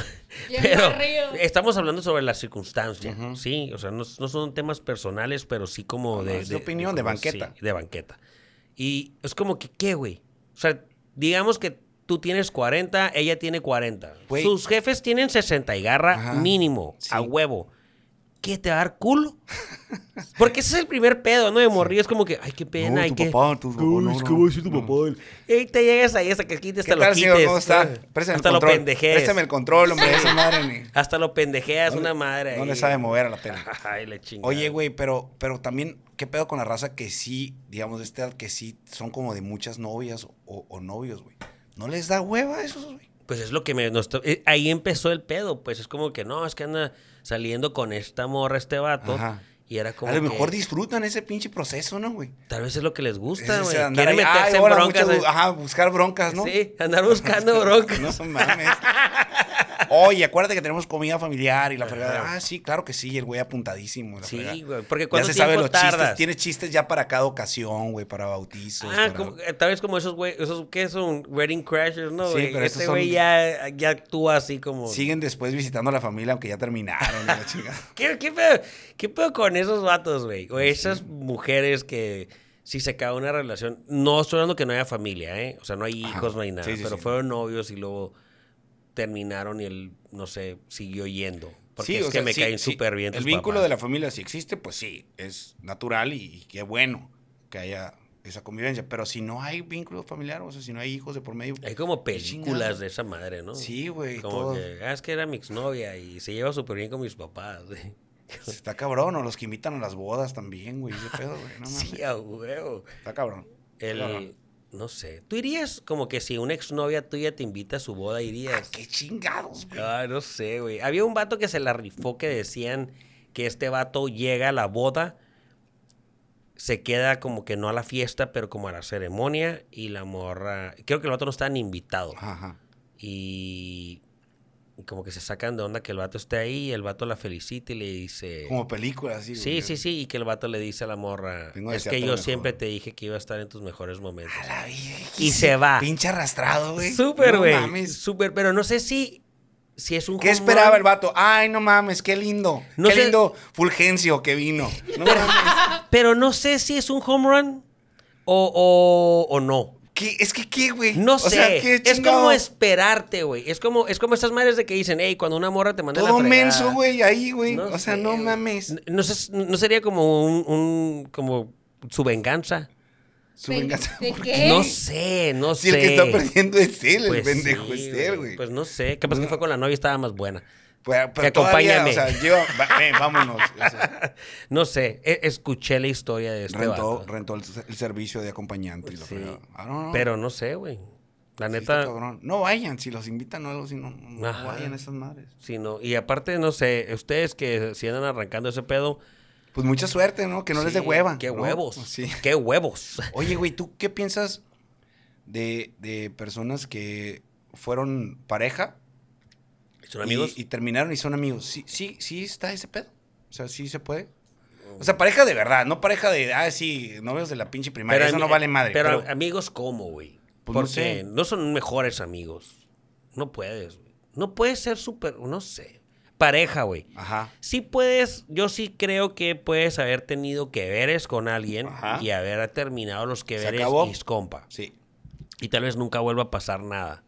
S3: Bien
S1: Pero
S3: barrido.
S1: estamos hablando sobre la circunstancia, sí. O sea, no, no son temas personales, pero sí como
S2: No, no,
S1: de,
S2: es de opinión, de
S1: como-
S2: banqueta.
S1: sí, de banqueta. Y es como que, ¿qué, güey? O sea, digamos que tú tienes 40, ella tiene 40.
S2: Güey.
S1: Sus jefes tienen 60 y garra
S2: Ajá.
S1: mínimo,
S2: Sí.
S1: a huevo. ¿Qué te va a dar culo? Porque ese es el primer pedo, ¿no? De morrillo es como que, ay, qué pena,
S2: No,
S1: hay
S2: tu
S1: que...
S2: papá, tu papá, no, no, no.
S1: Y ahí te llegas ahí hasta que quites,
S2: ¿Qué
S1: hasta lo
S2: tal, señor?
S1: quites.
S2: ¿Cómo está?
S1: ¿no?
S2: Préstame
S1: Hasta
S2: el
S1: lo
S2: control.
S1: pendejes.
S2: Préstame el control, hombre, esa madre. ni-
S1: Hasta lo pendejeas,
S2: no le-
S1: una madre.
S2: No
S1: ahí.
S2: le sabe mover a la tele.
S1: Ay, la chingada.
S2: Oye, güey, pero, pero también, ¿qué pedo con la raza que sí, digamos, de esta edad, que sí son como de muchas novias o, o novios, güey? ¿No les da hueva a esos, güey?
S1: Pues es lo que me. nos to- eh, ahí empezó el pedo. Pues es como que no, es que anda saliendo con esta morra, este vato.
S2: Ajá.
S1: Y era como.
S2: A lo mejor
S1: que,
S2: disfrutan ese pinche proceso, ¿no, güey?
S1: Tal vez es lo que les
S2: Ese
S1: gusta, güey.
S2: andar
S1: Quieren
S2: ahí, ay,
S1: meterse en
S2: ahora
S1: broncas.
S2: muchas-
S1: eh.
S2: ajá, buscar broncas, ¿no?
S1: Sí, andar buscando broncas.
S2: No mames. Oye, acuérdate que tenemos comida familiar y la fregada. Ah, sí, claro que sí, y el güey apuntadísimo. la
S1: Sí,
S2: fregada.
S1: güey, porque
S2: Ya
S1: ¿cuánto
S2: se sabe
S1: tiempo
S2: los chistes.
S1: tardas?
S2: Tiene chistes ya para cada ocasión, güey, para bautizos.
S1: Ah,
S2: para-
S1: como- eh, tal vez como esos güey, esos que son wedding crashers, ¿no?
S2: Sí,
S1: güey?
S2: pero
S1: este
S2: esos
S1: güey
S2: son-
S1: ya, ya actúa así como.
S2: Siguen después visitando a la familia, aunque ya terminaron. y la chingada.
S1: ¿Qué, qué, pedo, qué pedo con esos vatos, güey? O esas mujeres que si se acaba una relación, no estoy hablando que no haya familia, ¿eh? O sea, no hay
S2: Ajá.
S1: hijos, no hay nada,
S2: Sí, sí,
S1: pero
S2: sí.
S1: fueron novios y luego terminaron y él, no sé, siguió yendo. Porque
S2: Sí,
S1: es
S2: o
S1: que
S2: sea,
S1: me
S2: sí,
S1: caen
S2: sí.
S1: súper bien.
S2: El
S1: tus
S2: vínculo
S1: papás.
S2: de la familia, si existe, pues sí, es natural y, y qué bueno que haya esa convivencia. Pero si no hay vínculo familiar, o sea, si no hay hijos de por medio.
S1: Hay como
S2: qué chingado.
S1: películas de esa madre, ¿no?
S2: Sí, güey,
S1: Como
S2: todo.
S1: que, ah, es que era mi exnovia y se lleva súper bien con mis papás. güey.
S2: Está cabrón, o los que invitan a las bodas también, güey. Ese pedo, güey. No mames.
S1: Sí, a huevo.
S2: Está cabrón.
S1: El,
S2: Claro.
S1: no sé. ¿Tú irías como que si una exnovia tuya te invita a su boda, irías?
S2: Ah, Qué chingados, güey.
S1: Ah, no sé, güey. Había un vato que se la rifó que decían que este vato llega a la boda, se queda como que no a la fiesta, pero como a la ceremonia y la morra... Creo que el vato no estaba ni invitado.
S2: Ajá.
S1: Y Y como que se sacan de onda que el vato esté ahí, y el vato la felicita y le dice...
S2: Como película, así.
S1: Sí, sí, sí, y que el vato le dice a la morra,
S2: Vengo a
S1: es
S2: desearte
S1: que yo
S2: lo mejor".
S1: siempre te dije que iba a estar en tus mejores momentos.
S2: A la vie-
S1: Y se va.
S2: Pinche arrastrado, güey.
S1: Súper,
S2: No
S1: güey.
S2: mames.
S1: Súper, pero no sé si, si es un...
S2: ¿Qué
S1: home
S2: esperaba
S1: run.
S2: el vato? Ay, no mames, qué lindo.
S1: No
S2: qué
S1: sé-
S2: lindo Fulgencio que vino. No mames.
S1: Pero no sé si es un home run o, o, o no.
S2: ¿Qué? Es que qué, güey.
S1: No
S2: O
S1: sé.
S2: sea, qué
S1: es
S2: chingado.
S1: como esperarte, güey. Es como, es como estas madres de que dicen, hey, cuando una morra te manda a la
S2: Todo
S1: fregada".
S2: menso, güey, ahí, güey.
S1: No
S2: o sea,
S1: sé,
S2: no
S1: güey.
S2: mames.
S1: N- No, sé- no sería como un, un- como su venganza.
S2: Su
S3: ¿De-
S2: venganza.
S3: de
S2: ¿por
S3: qué?
S1: No
S3: Ey.
S1: sé, no
S2: Si
S1: sé.
S2: el que está perdiendo es él, el
S1: Pues
S2: pendejo
S1: sí,
S2: es él, güey.
S1: Pues no sé. Capaz que fue con la novia y estaba más buena.
S2: Pues,
S1: que
S2: pero todavía,
S1: acompáñame.
S2: o sea, lleva, va- ven, vámonos. O sea,
S1: No sé. e- escuché la historia de este
S2: rentó,
S1: vato.
S2: rentó el, el servicio de acompañante y Ah, lo
S1: Sí.
S2: fregaba. I don't know.
S1: Pero no sé, güey. La
S2: Sí, está
S1: neta.
S2: cabrón. No vayan, si los invitan o algo, si no, no
S1: Ajá.
S2: vayan a esas madres.
S1: sí, no. Y aparte, no sé, ustedes que si andan arrancando ese pedo.
S2: Pues mucha suerte, ¿no? Que no les dé
S1: sí,
S2: hueva.
S1: Qué
S2: ¿no? Pues
S1: huevos.
S2: Sí.
S1: Qué huevos.
S2: Oye, güey, ¿tú qué piensas de, de personas que fueron pareja
S1: ¿Son
S2: y-
S1: amigos?
S2: Y, terminaron y son amigos? Sí, sí, sí está ese pedo. O sea, sí se puede.
S1: Oh.
S2: O sea, pareja de verdad, no pareja de, ah, sí, novios de la pinche primaria.
S1: Pero
S2: Eso
S1: ami-
S2: no vale madre.
S1: Pero,
S2: pero-
S1: amigos, ¿cómo, güey?
S2: Pues no
S1: Porque
S2: sé.
S1: no, son mejores amigos. No puedes, güey. No puedes ser súper, no sé. Pareja, güey.
S2: ajá.
S1: Sí puedes, yo sí creo que puedes haber tenido que veres con alguien
S2: Ajá.
S1: y haber terminado los que
S2: Se
S1: veres
S2: acabó.
S1: y es compa.
S2: Sí.
S1: Y tal vez nunca vuelva a pasar nada.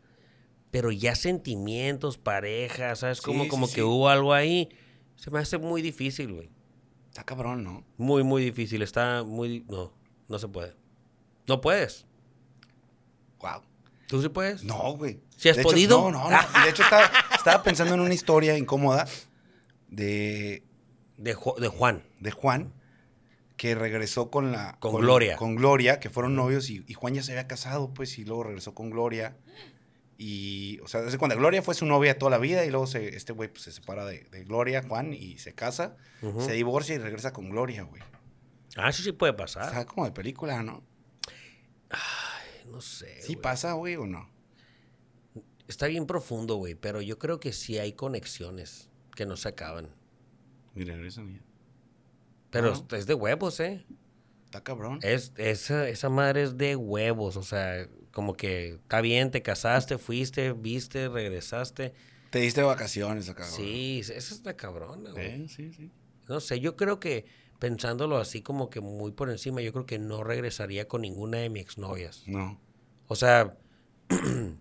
S1: Pero ya sentimientos, pareja, ¿sabes?
S2: Sí,
S1: Como,
S2: sí,
S1: como
S2: sí.
S1: que hubo algo ahí. Se me hace muy difícil, güey.
S2: Está cabrón, ¿no?
S1: Muy, muy difícil. Está muy... No, no se puede. No puedes.
S2: Wow.
S1: ¿Tú sí puedes?
S2: No, güey.
S1: ¿Sí has
S2: De hecho,
S1: podido?
S2: no, no, no. De hecho, estaba, estaba pensando en una historia incómoda de,
S1: De, Ju- de Juan.
S2: de Juan que regresó con la...
S1: Con Gloria.
S2: Con Gloria, que fueron novios y, y Juan ya se había casado, pues, y luego regresó con Gloria. Y, o sea, desde cuando Gloria fue su novia toda la vida y luego se- este güey pues, se separa de, de Gloria, Juan, y se casa,
S1: Ujú.
S2: se divorcia y regresa con Gloria, güey.
S1: Ah, eso sí puede pasar.
S2: Está como de película, ¿no?
S1: No sé.
S2: ¿Sí
S1: güey.
S2: pasa, güey, o no?
S1: Está bien profundo, güey, pero yo creo que sí hay conexiones que no se acaban.
S2: Mira, regresa, mía.
S1: Pero
S2: Ajá.
S1: es de huevos, ¿eh?
S2: Está cabrón.
S1: Es, esa, esa madre es de huevos, o sea, como que está bien, te casaste, fuiste, viste, regresaste.
S2: Te diste vacaciones acá, güey.
S1: Sí, esa es la cabrona, güey.
S2: Eh, Sí, sí.
S1: No sé, yo creo que pensándolo así como que muy por encima, yo creo que no regresaría con ninguna de mis exnovias.
S2: No.
S1: O sea,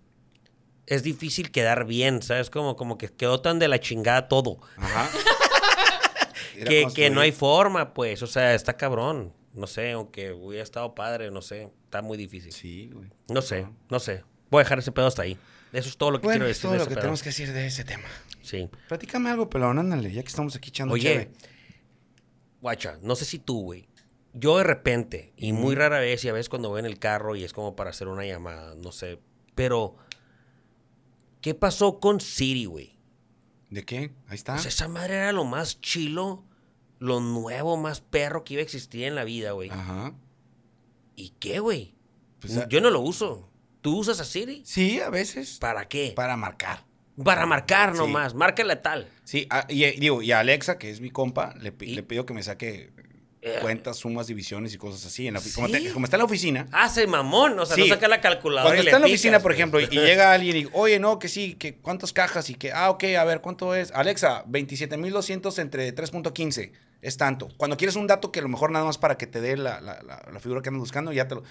S1: es difícil quedar bien, ¿sabes? Como, como que quedó tan de la chingada todo.
S2: Ajá.
S1: Que,
S2: Era
S1: que
S2: construir.
S1: no hay forma, pues. O sea, está cabrón. No sé, aunque hubiera estado padre, no sé. Está muy difícil.
S2: Sí, güey.
S1: No sé, no sé. Voy a dejar ese pedo hasta ahí. Eso es todo lo que
S2: Bueno,
S1: quiero
S2: es
S1: decir
S2: todo
S1: de
S2: lo
S1: ese
S2: que
S1: pedo.
S2: tenemos que decir de ese tema.
S1: Sí.
S2: Platícame algo, pelón, ándale, ya que estamos aquí echando
S1: Oye,
S2: cheve.
S1: Guacha, no sé si tú, güey. Yo de repente, y muy rara vez, y a veces cuando voy en el carro y es como para hacer una llamada, no sé. Pero, ¿qué pasó con Siri, güey?
S2: ¿De qué? Ahí está.
S1: O sea, esa madre era lo más chilo, lo nuevo, más perro que iba a existir en la vida, güey.
S2: Ajá.
S1: ¿Y qué, güey?
S2: Ah. Pues, ah,
S1: Yo no lo uso. ¿Tú usas a Siri?
S2: Sí, a veces.
S1: ¿Para qué?
S2: Para marcar.
S1: Para marcar
S2: Sí.
S1: nomás. Márcale tal.
S2: Sí, ah, y, eh, digo, y a Alexa, que es mi compa, le, pi-
S1: ¿Y?
S2: le pido que me saque
S1: Eh.
S2: cuentas, sumas, divisiones y cosas así. En la, ofi- como,
S1: ¿Sí?
S2: te- como está en la oficina.
S1: Hace Ah, mamón. O sea,
S2: Sí.
S1: no saca la calculadora.
S2: Cuando
S1: y le
S2: está en la
S1: picas,
S2: oficina, por
S1: güey.
S2: ejemplo, y y llega alguien y digo, oye, no, que sí, que cuántas cajas y que, ah, ok, a ver, ¿cuánto es? Alexa, 27,200 entre 3.15 es tanto. Cuando quieres un dato que a lo mejor nada más para que te dé la, la- la- la figura que andas buscando, ya te lo.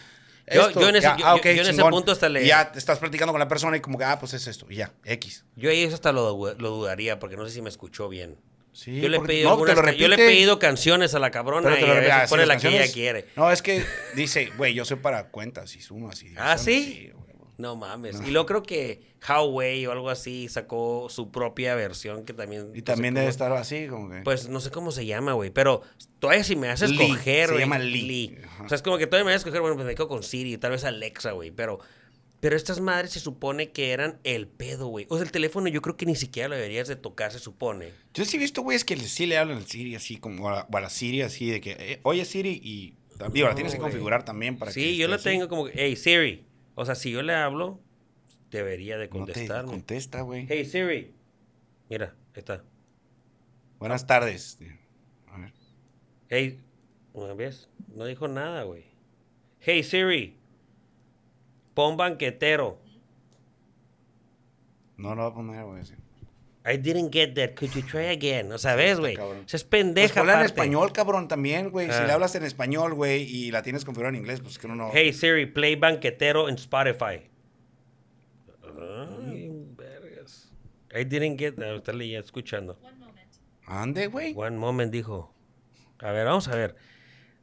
S1: Yo- yo en ese- yo-
S2: ah, ok,
S1: yo en ese
S2: chingón.
S1: punto hasta le-
S2: Y Ya te estás platicando con la persona y como que, ah, pues es esto, y ya, X.
S1: Yo ahí eso hasta lo, du- lo dudaría porque no sé si me escuchó bien.
S2: Sí,
S1: yo, le he
S2: porque-
S1: pedido
S2: no, te lo
S1: algunas- yo le he
S2: repite.
S1: pedido canciones a la cabrona
S2: Pero te
S1: y
S2: lo
S1: a
S2: repite.
S1: veces
S2: Ah, sí,
S1: pone
S2: las
S1: la que ella
S2: canciones.
S1: quiere.
S2: No, es que dice, güey, yo soy para cuentas y sumas y.
S1: ¿Ah,
S2: divisiones".
S1: sí?
S2: güey.
S1: No mames. Y luego creo que Howway o algo así sacó su propia versión que también...
S2: y también
S1: no sé
S2: debe
S1: Pues, cómo-
S2: estar así, como que.
S1: Pues no sé cómo se llama, güey. Pero todavía si me haces
S2: Lee,
S1: escoger,
S2: se
S1: güey.
S2: llama Lee. Ajá.
S1: O sea, es como que todavía me haces escoger, bueno, pues me quedo con Siri, tal vez Alexa, güey. Pero, pero estas madres se supone que eran el pedo, güey. O sea, el teléfono yo creo que ni siquiera lo deberías de tocar, se supone.
S2: Yo sí he visto güeyes que le- sí le hablan al Siri así, como a la, o a la Siri así, de que, eh, oye Siri, y tam- digo, la tienes que
S1: güey.
S2: configurar también para que.
S1: sí, yo
S2: esté
S1: lo
S2: así.
S1: tengo como que, hey, Siri. O sea, si yo le hablo, debería de
S2: No te
S1: contestarme.
S2: contesta, güey.
S1: hey, Siri. Mira, ahí está.
S2: Buenas tardes. Este, A ver.
S1: Hey, ¿una vez? No dijo nada, güey. Hey Siri, pon banquetero.
S2: No lo va a poner, güey. sí.
S1: I didn't get that. Could you try again? O sea, ves, güey.
S2: cabrón.
S1: O sea, es
S2: Pues
S1: pendeja.
S2: ponla en
S1: aparte.
S2: español, cabrón, también, güey. Si
S1: Ah.
S2: le hablas en español, güey, y la tienes configurada en inglés, pues que uno no.
S1: Hey Siri, play banquetero en Spotify. Ay, vergas. I didn't get that. Está leyendo, escuchando.
S2: Ande, güey.
S1: One moment dijo. A ver, vamos a ver.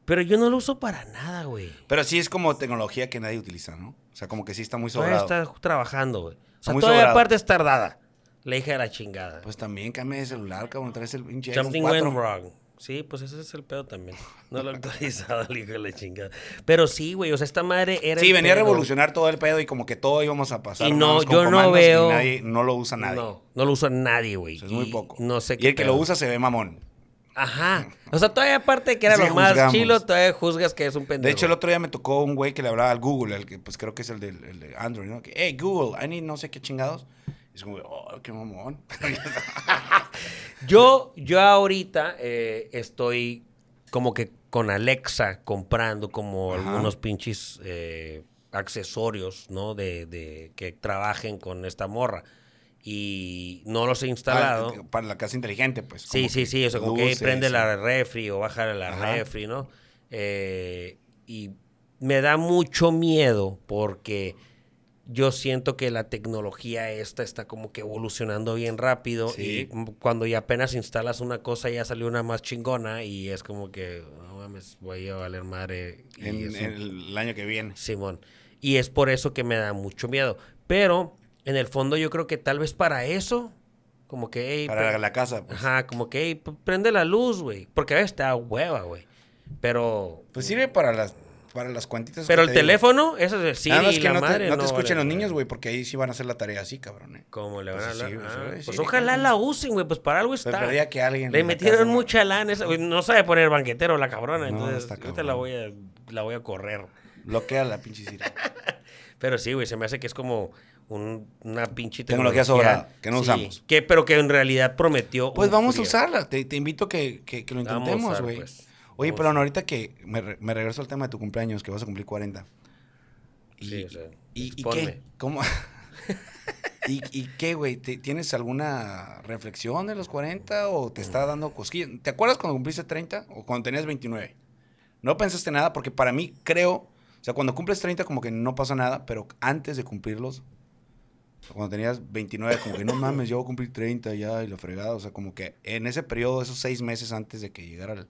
S1: Pero yo no lo uso para nada, güey.
S2: Pero sí es como tecnología que nadie utiliza, ¿no? O sea, como que sí está muy
S1: Todavía
S2: sobrado.
S1: Pues está trabajando, güey. O sea,
S2: Muy
S1: todavía
S2: sobrado.
S1: aparte es tardada. Le dije a la chingada.
S2: Pues también cambia de celular, cabrón. Traes el pinche iPhone
S1: Something
S2: 4.
S1: went wrong. Sí, pues ese es el pedo también. No lo he actualizado, el hijo de la chingada. Pero sí, güey, o sea, esta madre era.
S2: Sí,
S1: el
S2: venía a
S1: pedo.
S2: revolucionar todo el pedo y como que todo íbamos a pasar.
S1: Y
S2: nada
S1: no,
S2: más con
S1: yo no
S2: comandos
S1: veo-
S2: Y nadie, no lo usa nadie.
S1: No, no lo usa nadie, güey.
S2: O sea, es muy
S1: Y
S2: poco.
S1: No sé
S2: Y el que lo
S1: pedo.
S2: usa se ve mamón.
S1: Ajá. O sea, todavía aparte de que era
S2: Sí,
S1: lo más
S2: juzgamos.
S1: chilo, todavía juzgas que es un pendejo.
S2: De hecho, el otro día me tocó un güey que le hablaba al Google, el que pues creo que es el del el de Android, ¿no? Que, hey, Google, I need no sé qué chingados. Y es como, oh, qué mamón.
S1: Yo, yo ahorita eh, estoy como que con Alexa comprando como
S2: Ajá.
S1: algunos pinches eh, accesorios, ¿no? De, de que trabajen con esta morra. Y no los he instalado.
S2: Para, para la casa inteligente, pues.
S1: Sí,
S2: como
S1: sí,
S2: que
S1: sí. O sea, como que
S2: luces
S1: prende
S2: y-
S1: la refri o baja la
S2: Ajá.
S1: refri, ¿no? Eh, y me da mucho miedo porque yo siento que la tecnología esta está como que evolucionando bien rápido
S2: Sí.
S1: y m- cuando ya apenas instalas una cosa ya salió una más chingona y es como que, no mames, voy a valer madre. y
S2: En,
S1: es un
S2: en el año que viene.
S1: Simón. Y es por eso que me da mucho miedo. Pero en el fondo yo creo que tal vez para eso, como que... "Ey,
S2: Para
S1: pero-
S2: la, la casa, pues.
S1: Ajá, como que "Ey, p- prende la luz, güey. Porque a veces te da hueva, güey. Pero.
S2: Pues sirve para las, para las cuantitas.
S1: pero el
S2: que te digo.
S1: teléfono, eso es sí,
S2: Nada más que
S1: la
S2: no,
S1: madre.
S2: te, no te
S1: vale,
S2: escuchen los
S1: güey.
S2: niños, güey, porque ahí sí van a hacer la tarea así, cabrón. ¿eh?
S1: ¿Cómo le van a
S2: Pues
S1: hablar?
S2: sí, pues,
S1: Ah,
S2: güey,
S1: pues
S2: sí,
S1: ojalá
S2: cabrón.
S1: la usen, güey. Pues para algo
S2: Se
S1: está.
S2: perdía que alguien.
S1: Le
S2: en la
S1: metieron
S2: casa-
S1: mucha lana. esa- güey, no sabe poner banquetero la cabrona.
S2: No,
S1: entonces,
S2: está
S1: ahorita la
S2: cabrón.
S1: voy, a, la voy a correr.
S2: Bloquea la pinche Siri.
S1: Pero sí, güey, se me hace que es como un- una pinche
S2: Tecnología sobrada, que no
S1: sí,
S2: usamos.
S1: Que, pero que en realidad prometió.
S2: Pues
S1: un
S2: vamos a
S1: friego.
S2: usarla. Te, te invito que, que, que lo
S1: Vamos a
S2: intentemos,
S1: usar,
S2: güey.
S1: pues.
S2: Oye,
S1: Vamos
S2: pero no, ahorita que me, re- me regreso al tema de tu cumpleaños, que vas a cumplir 40. ¿Y,
S1: Sí, o sea,
S2: y- y
S1: exponme.
S2: qué? ¿Cómo? ¿Y, y qué, güey? ¿Te- ¿Tienes alguna reflexión de los 40 o te está dando cosquillas? ¿Te acuerdas cuando cumpliste 30 o cuando tenías 29? No pensaste nada porque para mí creo, o sea, cuando cumples 30 como que no pasa nada, pero antes de cumplirlos, cuando tenías 29, como que no mames, yo voy a cumplir 30 ya y la fregada, o sea, como que en ese periodo, esos seis meses antes de que llegara el,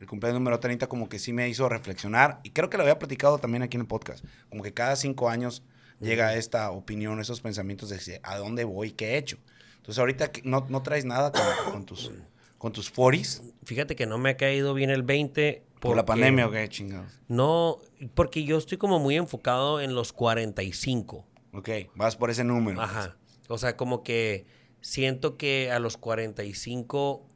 S2: el cumpleaños número 30, como que sí me hizo reflexionar y creo que lo había platicado también aquí en el podcast, como que cada cinco años llega esta opinión, esos pensamientos de si- a dónde voy, qué he hecho. Entonces ahorita que no, no traes nada con, con tus... Con tus 40s,
S1: Fíjate que no me ha caído bien el 20.
S2: por la
S1: porque-
S2: pandemia, o qué chingados.
S1: No, porque yo estoy como muy enfocado en los 45.
S2: Ok, vas por ese número.
S1: Ajá. O sea, como que siento que a los 45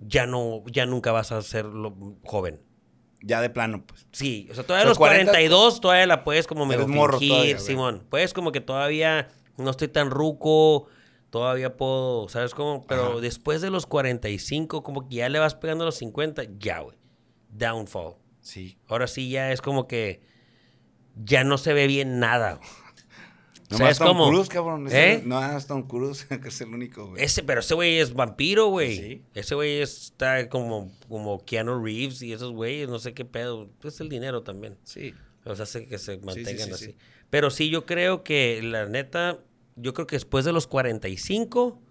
S1: ya no, ya nunca vas a ser lo- joven.
S2: Ya de plano, pues.
S1: Sí, o sea, todavía a
S2: Los
S1: los
S2: 40
S1: 42 todavía la puedes como medio
S2: Eres morro
S1: fingir,
S2: todavía, güey.
S1: Simón. Puedes como que todavía no estoy tan ruco, todavía puedo, ¿sabes cómo? Pero
S2: Ajá.
S1: después de los 45, como que ya le vas pegando a los 50, ya, güey. Downfall.
S2: Sí.
S1: Ahora sí ya es como que ya no se ve bien nada. O sea,
S2: Nomás
S1: es
S2: Tom
S1: como-
S2: Cruise, cabrón. Es
S1: ¿Eh?
S2: el- No, es Tom Cruise, que es el único, güey.
S1: Ese, pero ese güey es vampiro, güey.
S2: Sí.
S1: Ese güey está como, como Keanu Reeves y esos güeyes, no sé qué pedo. Es el dinero también.
S2: Sí.
S1: Los hace que se mantengan
S2: sí,
S1: así.
S2: sí.
S1: Pero sí, yo creo que la neta, yo creo que después de los 45,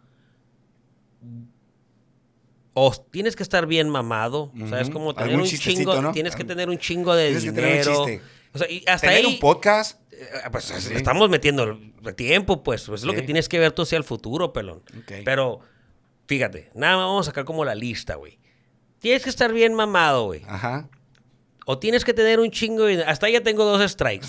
S1: o tienes que estar bien mamado, o sea, es
S2: Ujú.
S1: como tener
S2: Algún
S1: un
S2: chistecito,
S1: chingo,
S2: ¿no?
S1: tienes que tener un chingo de
S2: Tienes que tener un
S1: dinero.
S2: chiste.
S1: o sea, y hasta
S2: Tener
S1: ahí,
S2: un podcast.
S1: eh, pues,
S2: Sí.
S1: estamos metiendo el tiempo, pues, pues, es lo que
S2: Sí.
S1: tienes que ver tú hacia el futuro, pelón.
S2: Ok.
S1: Pero, fíjate, nada más vamos a sacar como la lista, güey. Tienes que estar bien mamado, güey.
S2: Ajá.
S1: O tienes que tener un chingo de... Hasta ahí ya tengo dos strikes.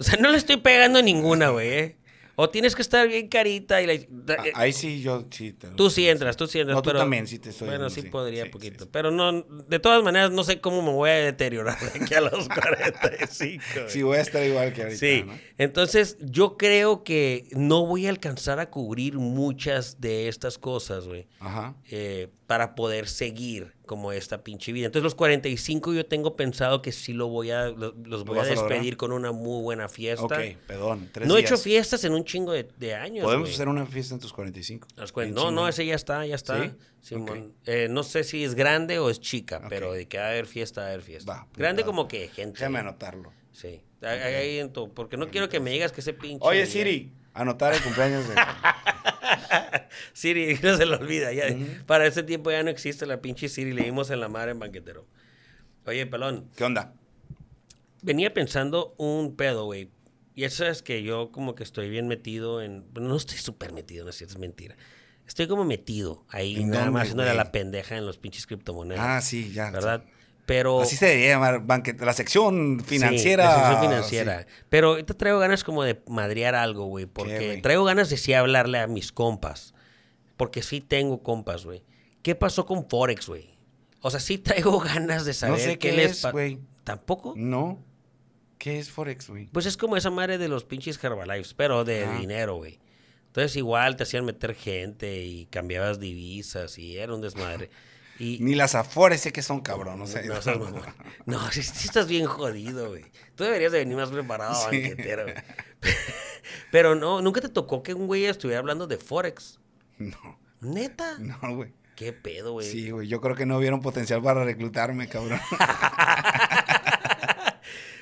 S1: O sea, no le estoy pegando ninguna, güey. ¿eh? O tienes que estar bien carita y la-
S2: A- Ahí sí, yo sí. te lo-
S1: Eh, Tú sí entras, tú sí entras.
S2: Ah, No, tú
S1: pero-
S2: también, sí te soy
S1: Bueno,
S2: honesto,
S1: sí,
S2: sí.
S1: podría
S2: Sí,
S1: poquito.
S2: sí, sí.
S1: Pero no, de todas maneras, no sé cómo me voy a deteriorar de aquí a los 45. güey.
S2: Sí, voy a estar igual que ahorita.
S1: Sí.
S2: ¿no?
S1: Entonces, yo creo que no voy a alcanzar a cubrir muchas de estas cosas, güey.
S2: Ajá.
S1: eh, para poder seguir como esta pinche vida. Entonces, los 45 yo tengo pensado que sí lo voy a, lo- los voy a
S2: vas a lograr?
S1: despedir con una muy buena fiesta.
S2: Ok, perdón. Tres
S1: No he
S2: días.
S1: hecho fiestas en un chingo de, de años.
S2: Podemos
S1: güey.
S2: hacer una fiesta en tus 45.
S1: Los cuen-
S2: Bien
S1: No, no,
S2: chingón.
S1: ese ya está, ya está.
S2: ¿Sí?
S1: Simón. Eh, no sé si es grande o es chica,
S2: Ok.
S1: pero de que va a haber fiesta, va a haber fiesta.
S2: Va, pues,
S1: grande
S2: va.
S1: como que gente.
S2: Déjame anotarlo.
S1: Sí. Ahí- ahí en tu- porque no quiero que me digas que ese pinche.
S2: Oye,
S1: ya-
S2: Siri. Anotar el cumpleaños de.
S1: Siri, no se le olvida. ya. Para ese tiempo ya no existe la pinche Siri. Le dimos en la madre en banquetero. Oye, pelón.
S2: ¿Qué onda?
S1: Venía pensando un pedo, güey. Y eso es que yo como que estoy bien metido en... Bueno, no estoy súper metido, no es cierto, es mentira. Estoy como metido ahí,
S2: ¿En
S1: nada
S2: dónde,
S1: más haciéndole a
S2: güey?
S1: la pendeja en los pinches criptomonedas.
S2: Ah, sí, ya.
S1: ¿Verdad? Pero...
S2: Así se debería llamar banquete- la sección
S1: Sí,
S2: financiera.
S1: la sección financiera. Pero ahorita traigo ganas como de madrear algo, güey. Porque
S2: güey?
S1: traigo ganas de sí hablarle a mis compas. Porque sí tengo compas, güey. ¿Qué pasó con Forex, güey? O sea, sí traigo ganas de saber
S2: sé qué
S1: les
S2: es,
S1: pa-
S2: güey.
S1: ¿Tampoco?
S2: sí. No. ¿Qué es Forex, güey?
S1: Pues es como esa madre de los pinches Herbalives, pero de
S2: Ah.
S1: dinero, güey. Entonces igual te hacían meter gente y cambiabas divisas y era un desmadre. Y,
S2: Ni las Afores sé que son, eh. cabrón. No sé.
S1: no, seas mamón. No, sí, sí estás bien jodido, güey. Tú deberías de venir más preparado, banquetero. güey. Pero no, nunca te tocó que un güey estuviera hablando de Forex.
S2: no,
S1: Neta.
S2: no, güey.
S1: Qué pedo, güey.
S2: Mm. Sí, güey. Yo creo que no vieron potencial para reclutarme, cabrón.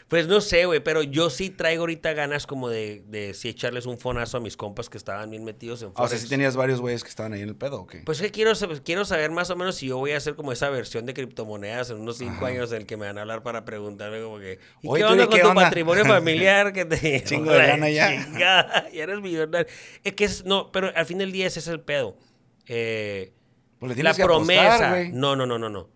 S1: Pues no sé, güey, pero yo sí traigo ahorita ganas como de, de sí echarles un fonazo a mis compas que estaban bien metidos en
S2: Ah, o
S1: Forex.
S2: sea, sí tenías varios güeyes que estaban ahí en el pedo, ¿o qué?
S1: Pues que quiero, sab- quiero saber más o menos si yo voy a hacer como esa versión de criptomonedas en unos cinco años en el que me van a hablar para preguntarme como que ¿y
S2: Oye,
S1: qué
S2: ¿tú
S1: onda
S2: de
S1: con
S2: qué
S1: tu
S2: onda?
S1: patrimonio familiar que te
S2: Chingo de lana
S1: La
S2: ya.
S1: chingada, ya eres millonario. Es que es, no, pero al fin del día ese es el pedo. Eh,
S2: Pues
S1: la
S2: le tienes que
S1: promesa.
S2: apostar, güey.
S1: no, no, no, no, no.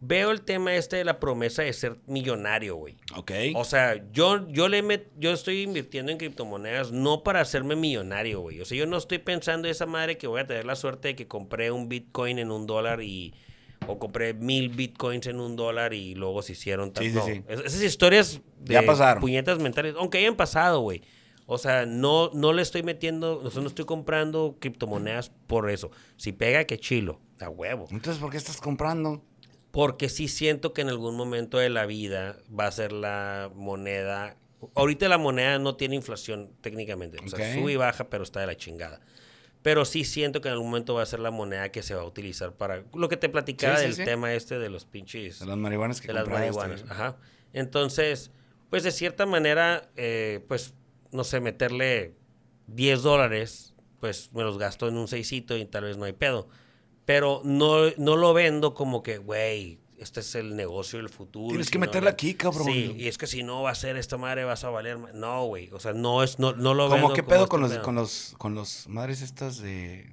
S1: Veo el tema este de la promesa de ser millonario, güey.
S2: Ok.
S1: O sea, yo, yo, le met- yo estoy invirtiendo en criptomonedas no para hacerme millonario, güey. O sea, yo no estoy pensando esa madre que voy a tener la suerte de que compré un Bitcoin en un dólar y... O compré mil Bitcoins en un dólar y luego se hicieron tal.
S2: Sí, sí,
S1: no.
S2: sí.
S1: Es- Esas historias de
S2: Ya pasaron.
S1: puñetas mentales, aunque hayan pasado, güey. O sea, no, no le estoy metiendo, o sea, no estoy comprando criptomonedas por eso. Si pega, que chilo, a huevo.
S2: Entonces, ¿por qué estás comprando?
S1: Porque sí siento que en algún momento de la vida va a ser la moneda. Ahorita la moneda no tiene inflación técnicamente. O sea,
S2: Ok.
S1: sube y baja, pero está de la chingada. Pero sí siento que en algún momento va a ser la moneda que se va a utilizar para. Lo que te platicaba
S2: Sí, sí,
S1: del
S2: sí.
S1: tema este de los pinches
S2: De las marihuanas que ¿eh?
S1: de las
S2: compraste.
S1: marihuanas. Ah, Ajá. Entonces, pues de cierta manera, eh, pues, no sé, meterle 10 dólares, pues me los gasto en un seisito y tal vez no hay pedo. Pero no, no lo vendo como que, güey, este es el negocio del futuro.
S2: Tienes
S1: y
S2: que
S1: no-
S2: meterla aquí, cabrón.
S1: Sí, y es que si no va a ser esta madre, vas a valer. ma- No, güey. O sea, no es, no, no lo
S2: Como
S1: vendo.
S2: qué pedo con
S1: este
S2: los, con los con los madres estas de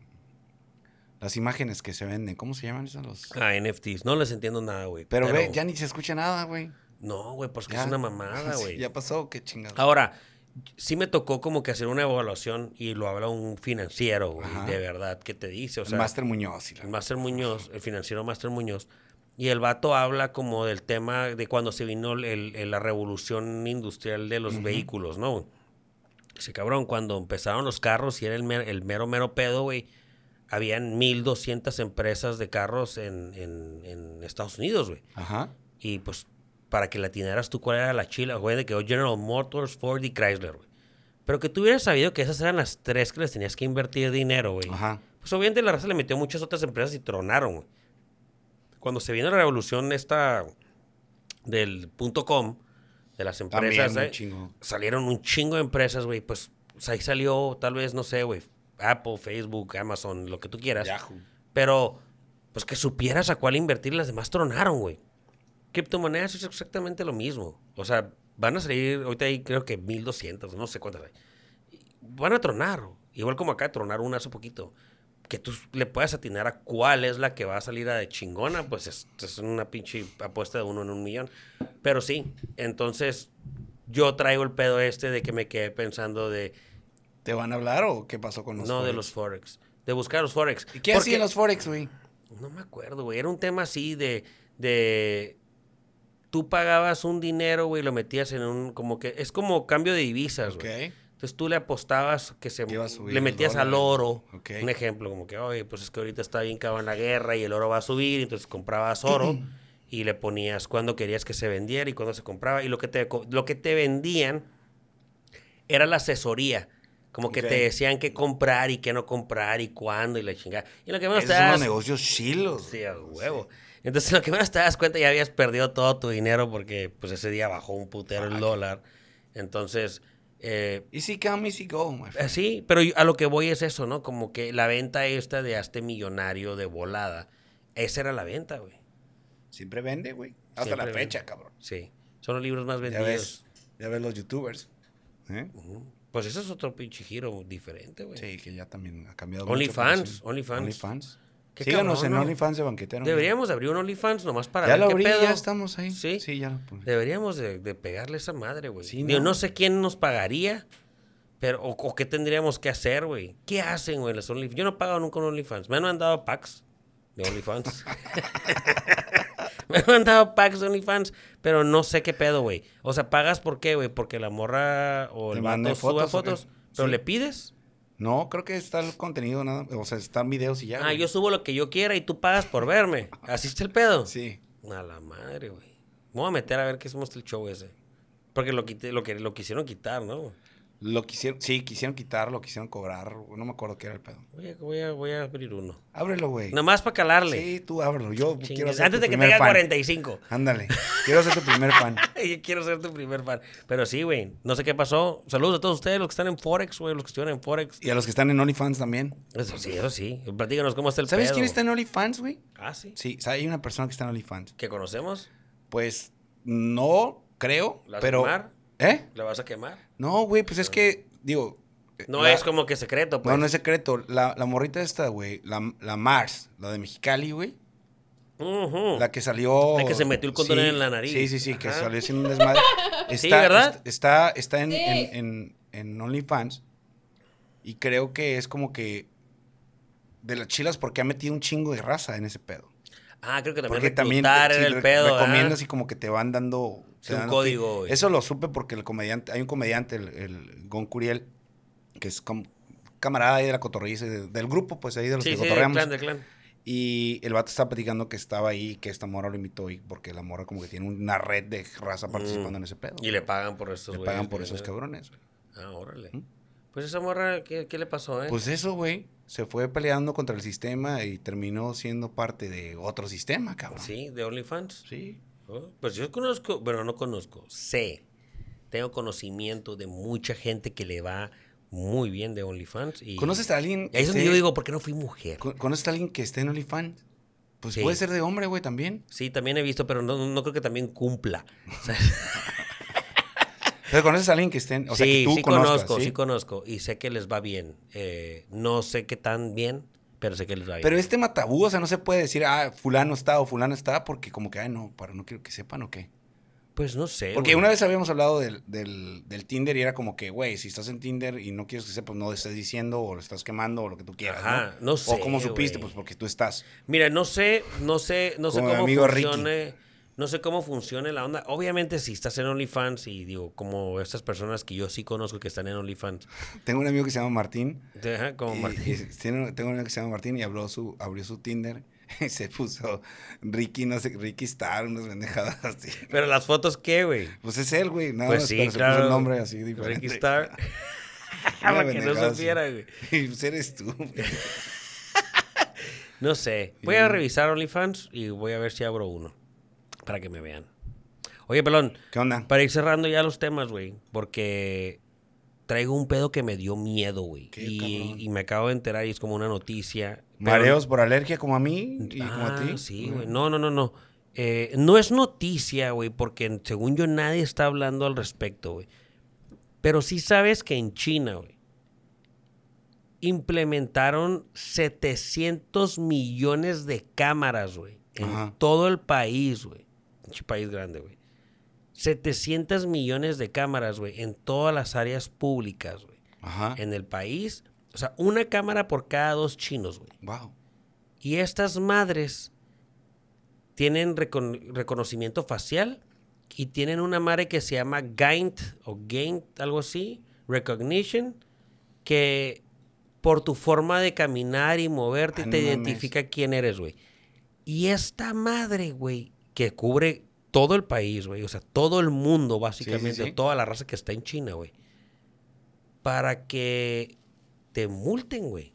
S2: las imágenes que se venden, ¿cómo se llaman esas los?
S1: Ah, NFTs. No les entiendo nada, güey.
S2: Pero, ve, ya ni se escucha nada, güey.
S1: No, güey, pues que
S2: Ya.
S1: es una mamada,
S2: Sí,
S1: güey.
S2: ya pasó, qué chingada.
S1: Ahora, sí me tocó como que hacer una evaluación y lo habla un financiero, güey,
S2: Ajá.
S1: de verdad, que te dice, o
S2: el
S1: sea,
S2: Master Muñoz y la-
S1: el Master Muñoz, el financiero Master Muñoz, y el vato habla como del tema de cuando se vino el- el- el- la revolución industrial de los vehículos, ¿no? Ese cabrón, cuando empezaron los carros y era el, mer- el mero, mero pedo, güey, habían 1.200 empresas de carros en, en- en Estados Unidos, güey.
S2: Ajá.
S1: Y pues, para que latinaras tú cuál era la chila, güey, de que oh, General Motors, Ford y Chrysler, güey. Pero que tú hubieras sabido que esas eran las tres que les tenías que invertir dinero, güey.
S2: Ajá.
S1: Pues obviamente la raza le metió muchas otras empresas y tronaron, güey. Cuando se vino la revolución esta del punto com, de las
S2: También
S1: empresas,
S2: un
S1: eh,
S2: chingo.
S1: salieron un chingo de empresas, güey. Pues, pues, ahí salió, tal vez, no sé, güey, Apple, Facebook, Amazon, lo que tú quieras.
S2: Yahoo.
S1: Pero, pues que supieras a cuál invertir, las demás tronaron, güey. Criptomonedas es exactamente lo mismo. O sea, van a salir, ahorita hay creo que 1200, no sé cuántas hay. Van a tronar. Igual como acá tronar una hace poquito. Que tú le puedas atinar a cuál es la que va a salir a de chingona, pues es, es una pinche apuesta de uno en un millón. Pero sí, entonces yo traigo el pedo este de que me quedé pensando de
S2: ¿Te van a hablar o qué pasó con los
S1: no de
S2: Forex?
S1: los Forex. De buscar los Forex.
S2: ¿Y qué
S1: Porque-
S2: hacían los Forex, güey?
S1: No me acuerdo, güey. Era un tema así de. de tú pagabas un dinero, güey, lo metías en un. como que. Es como cambio de divisas, Pues, güey.
S2: Ok.
S1: Entonces tú le apostabas que se.
S2: Que iba a subir
S1: Le
S2: el
S1: metías
S2: dólar.
S1: al oro.
S2: Ok.
S1: Un ejemplo, como que, oye, pues es que ahorita está bien cabrón la guerra y el oro va a subir. Entonces comprabas oro y le ponías cuándo querías que se vendiera y cuándo se compraba. Y lo que te, co- lo que te vendían era la asesoría. Como que
S2: Ok.
S1: te decían qué comprar y qué no comprar y cuándo y la chingada. Y lo que menos
S2: Esos
S1: te
S2: son
S1: das-
S2: los negocios chilos.
S1: Sí, a huevo. Entonces, lo que menos te das cuenta, ya habías perdido todo tu dinero porque pues ese día bajó un putero el dólar. Entonces, eh,
S2: Easy come, easy go, my friend.
S1: sí, pero yo- a lo que voy es eso, ¿no? Como que la venta esta de hazte millonario de volada, esa era la venta, güey.
S2: Siempre vende, güey. Hasta
S1: Siempre
S2: la
S1: vende.
S2: fecha, cabrón.
S1: Sí, son los libros más
S2: Ya ves,
S1: vendidos.
S2: ya ves los youtubers. ¿eh?
S1: Ujú. Pues eso es otro pinche giro diferente, güey.
S2: Sí, que ya también ha cambiado mucho.
S1: OnlyFans,
S2: pero sí.
S1: OnlyFans.
S2: OnlyFans.
S1: Qué
S2: Síganos
S1: cabrón,
S2: en
S1: ¿no?
S2: OnlyFans de banquetero.
S1: Deberíamos de abrir un OnlyFans nomás para
S2: Ya
S1: ver
S2: lo
S1: qué
S2: abrí,
S1: pedo.
S2: ya estamos ahí.
S1: Sí.
S2: Sí, ya lo puse.
S1: Deberíamos de, de pegarle esa madre, güey.
S2: Sí,
S1: Digo,
S2: ¿no?
S1: no sé quién nos pagaría, pero o, o qué tendríamos que hacer, güey. ¿Qué hacen, güey, las OnlyFans? Yo no he pagado nunca un OnlyFans. Me han mandado packs de OnlyFans. Me han mandado packs de OnlyFans, pero no sé qué pedo, güey. O sea, ¿pagas por qué, güey? Porque la morra o
S2: ¿Te
S1: el
S2: mande
S1: vato suba
S2: fotos o qué?
S1: fotos. ¿Pero
S2: Sí.
S1: le pides?
S2: No, creo que está el contenido, nada. O sea, están videos y ya.
S1: Ah,
S2: güey.
S1: yo subo lo que yo quiera y tú pagas por verme. ¿Así está el pedo?
S2: Sí.
S1: A la madre, güey. Me voy a meter a ver qué somos el show ese. Porque lo, quité, lo, que, lo quisieron quitar, ¿no?
S2: Lo quisieron, sí, quisieron quitarlo, quisieron cobrar. No me acuerdo qué era el pedo.
S1: Voy a, voy a, voy a abrir uno.
S2: Ábrelo, güey.
S1: Nomás para calarle.
S2: Sí, tú ábrelo. Yo
S1: Chingues,
S2: quiero hacer
S1: Antes
S2: tu
S1: de que
S2: primer
S1: tenga
S2: pan.
S1: 45.
S2: Ándale. Quiero hacer tu primer pan.
S1: Yo quiero ser tu primer fan. Pero sí, güey. No sé qué pasó. Saludos a todos ustedes, los que están en Forex, güey, los que estuvieron en Forex.
S2: Y a los que están en OnlyFans también.
S1: Eso sí, eso sí. Platícanos cómo está el
S2: ¿Sabes
S1: pedo.
S2: quién está en OnlyFans, güey?
S1: Ah, sí.
S2: Sí, o sea, hay una persona que está en OnlyFans.
S1: ¿Que conocemos?
S2: Pues no creo,
S1: ¿La vas a
S2: pero.
S1: quemar?
S2: ¿Eh?
S1: ¿La vas a quemar?
S2: No, güey, pues es que, digo.
S1: Ah.
S2: eh,
S1: No
S2: la-
S1: es como que secreto, pues.
S2: No, no es secreto. La, la morrita esta, güey, la, la Mars, la de Mexicali, güey.
S1: Ujú.
S2: La que salió.
S1: Oh. La que se metió el condón en la nariz.
S2: Sí, sí, sí, que
S1: Ajá.
S2: salió haciendo un desmadre. Está,
S1: Sí, ¿verdad?
S2: est- Está, está en,
S3: Sí.
S2: en, en- en OnlyFans. Y creo que es como que. De las chilas, porque ha metido un chingo de raza en ese pedo.
S1: Ah, creo que también
S2: Porque también
S1: reclutar
S2: sí,
S1: era el
S2: re-
S1: pedo, ¿ah?
S2: recomiendas y como que te van dando
S1: Sí,
S2: te
S1: un
S2: dan-
S1: código, güey.
S2: Eso lo supe porque el comediante, hay un comediante, el, el Gon Curiel, que es com- camarada ahí de la cotorriza, de- del grupo, pues ahí de los
S1: Sí,
S2: que
S1: sí, del
S2: cotorreamos.
S1: clan, del clan.
S2: Y el vato estaba platicando que estaba ahí, que esta morra lo invitó y porque la morra como que tiene una red de raza participando en ese pedo.
S1: Mm. Y le pagan por estos
S2: Le
S1: güeyes
S2: pagan
S1: que
S2: por esos
S1: vienen.
S2: cabrones. güey.
S1: Ah, órale. Pues esa morra, ¿qué, qué le pasó, eh?
S2: Pues eso, güey, se fue peleando contra el sistema y terminó siendo parte de otro sistema, cabrón.
S1: sí, de OnlyFans.
S2: Sí.
S1: Oh, Pues yo conozco, bueno, no conozco, sé, tengo conocimiento de mucha gente que le va muy bien de OnlyFans. Y
S2: ¿Conoces a alguien?
S1: Ahí es donde
S2: esté-
S1: yo digo, ¿por qué no fui mujer?
S2: ¿Con- ¿Conoces a alguien que esté en OnlyFans? Pues
S1: Sí.
S2: puede ser de hombre, güey, también.
S1: Sí, también he visto, pero no, no creo que también cumpla. O sea,
S2: Pero conoces a alguien que esté en. O sea, que
S1: sí,
S2: tú
S1: sí
S2: conozcas,
S1: conozco,
S2: ¿sí?
S1: sí conozco, y sé que les va bien. Eh, no sé qué tan bien, pero sé que les va bien.
S2: Pero este matabú, o sea, no se puede decir, ah, fulano está o fulano está, porque como que, ay, no, para, no quiero que sepan o qué.
S1: pues no sé.
S2: Porque
S1: güey.
S2: una vez habíamos hablado del, del- del Tinder y era como que, güey, si estás en Tinder y no quieres que sepas, no estés diciendo o lo estás quemando o lo que tú quieras.
S1: Ajá,
S2: ¿no?
S1: no sé,
S2: O cómo supiste,
S1: güey.
S2: pues porque tú estás.
S1: Mira, no sé, no sé, no sé
S2: Como mi
S1: cómo
S2: amigo Ricky.
S1: funcione. No sé cómo funcione la onda. Obviamente, si estás en OnlyFans y digo, como estas personas que yo sí conozco que están en OnlyFans,
S2: Tengo un amigo que se llama Martín.
S1: de- ajá, como
S2: y-
S1: Martín.
S2: y tiene- tengo un amigo que se llama Martín y habló su, abrió su Tinder y se puso Ricky, no sé, Ricky Star, unas bendejadas así.
S1: Pero las fotos, ¿qué, güey?
S2: Pues es él, güey. Nada
S1: Pues
S2: más,
S1: sí,
S2: pero se puso
S1: claro.
S2: un nombre así diferente.
S1: Ricky Star.
S2: Una
S1: Para que no
S2: pendejada así.
S1: supiera, güey.
S2: Y pues eres tú. güey.
S1: No sé. Voy a revisar OnlyFans y voy a ver si abro uno. Para que me vean. Oye, pelón,
S2: ¿Qué onda?
S1: para ir cerrando ya los temas, güey. Porque traigo un pedo que me dio miedo, güey.
S2: Qué
S1: Y,
S2: cabrón.
S1: y me acabo de enterar y es como una noticia. pero-
S2: ¿Mareos por alergia como a mí y como a
S1: Ah,
S2: ti?
S1: Sí, güey. No, no, no, no. Eh, no es noticia, güey, porque según yo nadie está hablando al respecto, güey. Pero sí sabes que en China, güey, implementaron 700 millones de cámaras, güey, en
S2: Ajá.
S1: todo el país, güey. Pinche país grande, güey. 700 millones de cámaras, güey, en todas las áreas públicas, güey.
S2: Ajá.
S1: en el país. O sea, una cámara por cada dos chinos, güey.
S2: Wow.
S1: Y estas madres tienen recon- reconocimiento facial y tienen una madre que se llama Gaint o Gaint, algo así, Recognition, que por tu forma de caminar y moverte
S2: Ah,
S1: te
S2: no mames.
S1: identifica quién eres, güey. Y esta madre, güey, que cubre todo el país, güey, o sea, todo el mundo, básicamente,
S2: sí.
S1: toda la raza que está en China, güey, para que te multen, güey.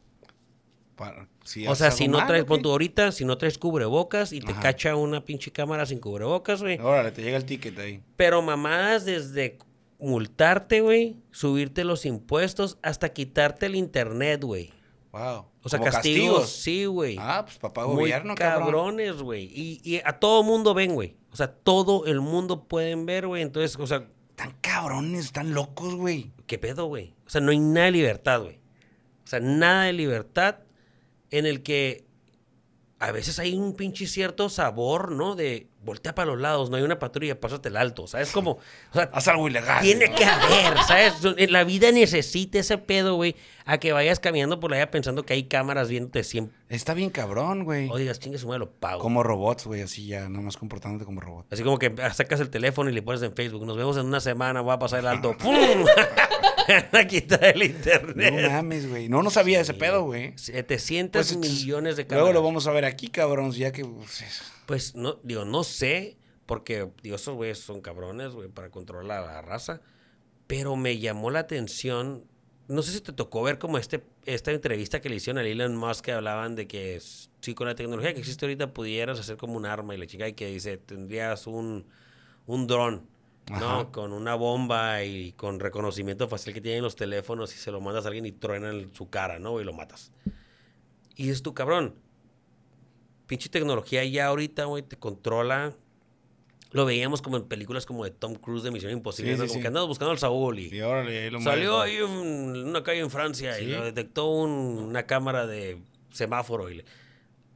S2: Para- sí,
S1: O
S2: has
S1: sea,
S2: estado
S1: si no
S2: mal,
S1: traes,
S2: ¿o qué?
S1: pon tú ahorita, si no traes cubrebocas y te
S2: Ajá.
S1: cacha una pinche cámara sin cubrebocas, güey.
S2: Órale, te llega el ticket ahí.
S1: Pero mamadas desde multarte, güey, subirte los impuestos hasta quitarte el internet, güey.
S2: Wow.
S1: O sea,
S2: Como
S1: castigos, sí, güey.
S2: Ah, pues papá
S1: Muy
S2: gobierno, cabrón.
S1: cabrones, güey. Y, y a todo mundo ven, güey. O sea, todo el mundo pueden ver, güey. Entonces, o sea,
S2: Están cabrones, están locos, güey.
S1: ¿qué pedo, güey? O sea, no hay nada de libertad, güey. O sea, nada de libertad en el que a veces hay un pinche cierto sabor, ¿no? De voltea para los lados, no hay una patrulla, pásate el alto, ¿sabes? Como, o sea,
S2: Haz algo ilegal.
S1: tiene
S2: ¿no?
S1: que haber, ¿sabes? En La vida necesita ese pedo, güey, a que vayas caminando por allá pensando que hay cámaras viéndote siempre.
S2: Está bien cabrón, güey.
S1: O digas, chingue su madre, lo pago.
S2: Como robots, güey, así ya, nada más comportándote como robot.
S1: Así como que sacas el teléfono y le pones en Facebook, nos vemos en una semana, voy a pasar el alto. ¡Pum! a quitar el
S2: No
S1: internet.
S2: mames, güey. No, no sabía ese pedo, güey.
S1: 700
S2: Pues, entonces,
S1: millones de cámaras.
S2: Luego lo vamos a ver aquí, cabrón, ya que... pues, es-
S1: Pues no, digo, no sé, porque digo, esos güeyes son cabrones, güey, para controlar a la raza. Pero me llamó la atención. No sé si te tocó ver como este, esta entrevista que le hicieron a Elon Musk que hablaban de que s- si con la tecnología que existe ahorita pudieras hacer como un arma y la chica y que dice, tendrías un, un dron,
S2: Ajá.
S1: ¿no? Con una bomba y con reconocimiento facial que tienen los teléfonos y se lo mandas a alguien y truena en su cara, ¿no? Y lo matas. Y dices tú, cabrón, pinche tecnología ya ahorita, güey, te controla. Lo veíamos como en películas como de Tom Cruise de Misión Imposible,
S2: Sí,
S1: ¿no?
S2: sí,
S1: como
S2: sí.
S1: que andamos buscando al Saúl y
S2: Y órale, ahí lo
S1: salió
S2: mueves,
S1: ahí un- una calle en Francia y
S2: Sí.
S1: lo detectó un- una cámara de semáforo y le-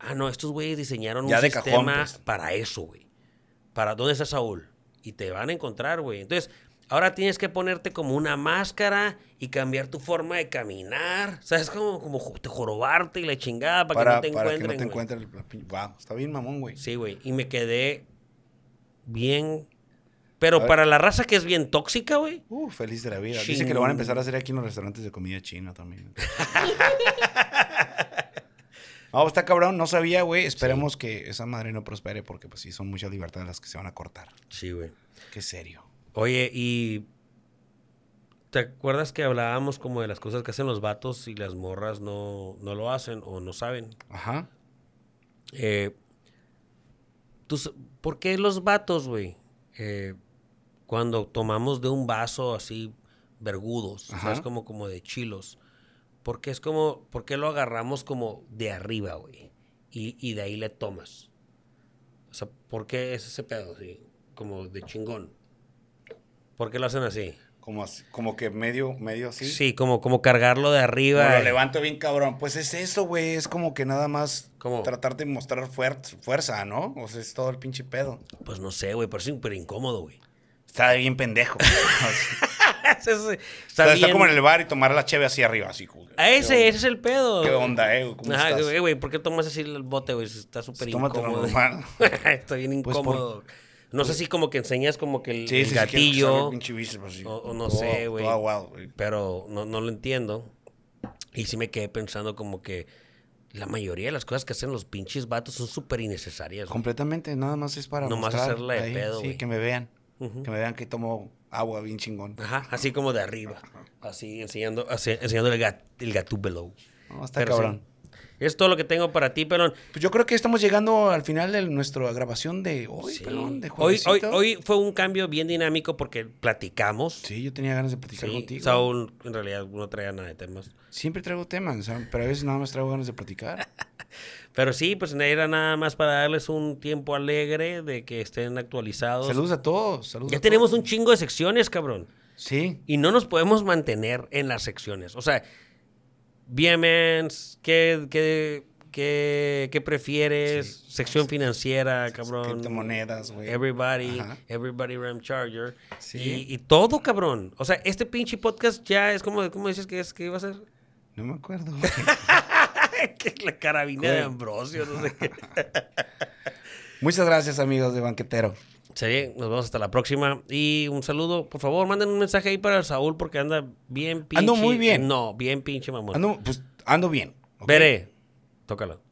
S1: ah no, estos güeyes diseñaron
S2: Ya
S1: un
S2: de cajón,
S1: sistema
S2: pues.
S1: para eso, güey. Para dónde está Saúl y te van a encontrar, güey. Entonces, ahora tienes que ponerte como una máscara y cambiar tu forma de caminar, ¿sabes? Como como jo- te jorobarte y la chingada para,
S2: Para,
S1: que no te
S2: para que no
S1: encuentren.
S2: te
S1: güey.
S2: encuentren. el- la pin- Guau, está bien mamón, güey.
S1: Sí, güey. Y me quedé bien.
S2: A
S1: Pero
S2: ver.
S1: para la raza que es bien tóxica, güey.
S2: Uh, feliz de la vida.
S1: Chin.
S2: Dice que lo van a empezar a hacer aquí en los restaurantes de comida china también. No, pues, está cabrón, no sabía, güey. Esperemos que esa madre no prospere porque, pues sí, son muchas libertades las que se van a cortar.
S1: Sí, güey.
S2: Qué serio.
S1: Oye, y. ¿Te acuerdas que hablábamos como de las cosas que hacen los vatos y las morras no, no lo hacen o no saben?
S2: Ajá.
S1: Eh, ¿tú s- ¿Por qué los vatos, güey? eh, cuando tomamos de un vaso así, vergudos,
S2: Ajá.
S1: ¿sabes? Como, como de chilos. Porque es como, ¿por qué lo agarramos como de arriba, güey? Y, y de ahí le tomas. O sea, ¿por qué es ese pedo así? Como de chingón. ¿Por qué lo hacen así?
S2: Como, así- como que medio, medio así.
S1: Sí, como, como cargarlo de
S2: Como
S1: arriba.
S2: lo
S1: eh.
S2: levanto bien cabrón. Pues es eso, güey. Es como que nada más
S1: ¿Cómo?
S2: tratar de mostrar fuer- fuerza, ¿no? O sea, es todo el pinche pedo.
S1: Pues no sé, güey, pero es súper incómodo, güey.
S2: Está bien pendejo. O sea,
S1: Está,
S2: está,
S1: bien-
S2: como en el bar y tomar la cheve así arriba, así. güey.
S1: A ese,
S2: Qué
S1: ese es el pedo.
S2: ¿Qué
S1: güey.
S2: onda, eh? güey? ¿Cómo
S1: Ajá,
S2: estás? Pues
S1: güey, güey, ¿por qué tomas así el bote, güey? Si Está súper
S2: Tómatelo
S1: incómodo.
S2: normal.
S1: Está bien
S2: Pues,
S1: incómodo. no sé si como que enseñas como que el,
S2: Sí,
S1: el
S2: sí, sí, quiero que salga
S1: gatillo,
S2: el pinche bíceps así.
S1: o, o no
S2: Todo-
S1: sé, güey.
S2: todo aguado, güey.
S1: Pero no, no lo entiendo. Y sí me quedé pensando como que la mayoría de las cosas que hacen los pinches vatos son súper innecesarias. güey.
S2: Completamente, nada más es para
S1: Nomás
S2: mostrar
S1: hacerla de pedo,
S2: Sí,
S1: güey.
S2: que me vean.
S1: Ujú.
S2: Que me vean que tomo agua bien chingón.
S1: Ajá, así como de arriba. Así enseñando, así, enseñando el, gat, el gatúbelo.
S2: No, está
S1: Pero sí.
S2: cabrón.
S1: Es todo lo que tengo para ti, Pelón.
S2: Pues yo creo que estamos llegando al final de nuestra grabación de hoy,
S1: Sí.
S2: pelón, de
S1: hoy, hoy,
S2: juevesito.
S1: hoy fue un cambio bien dinámico porque platicamos.
S2: Sí, yo tenía ganas de platicar
S1: Sí,
S2: contigo.
S1: Saúl en realidad no traía nada de temas.
S2: Siempre traigo temas, o sea, pero a veces nada más traigo ganas de platicar.
S1: Pero sí, pues era nada más para darles un tiempo alegre de que estén actualizados.
S2: saludos a todos. Saludos
S1: Ya
S2: a
S1: tenemos
S2: todos.
S1: un chingo de secciones, cabrón.
S2: Sí.
S1: Y no nos podemos mantener en las secciones. O sea, VMAs, ¿qué, qué, ¿Qué, qué prefieres?
S2: Sí.
S1: Sección financiera, cabrón.
S2: Criptomonedas, güey.
S1: Everybody,
S2: Ajá.
S1: Everybody Ram Charger.
S2: Sí.
S1: Y, y todo, cabrón. O sea, este pinche podcast ya es como, ¿cómo dices que, es, que iba a ser?
S2: No me acuerdo.
S1: que la carabina de
S2: Güey.
S1: Ambrosio, no sé qué.
S2: Muchas gracias, amigos de Banquetero.
S1: Sería, nos vemos hasta la próxima. Y un saludo, por favor, manden un mensaje ahí para el Saúl porque anda bien pinche.
S2: Ando muy bien.
S1: No, bien pinche mamón.
S2: Ando, pues, ando bien. ¿ok?
S1: Veré. Tócalo.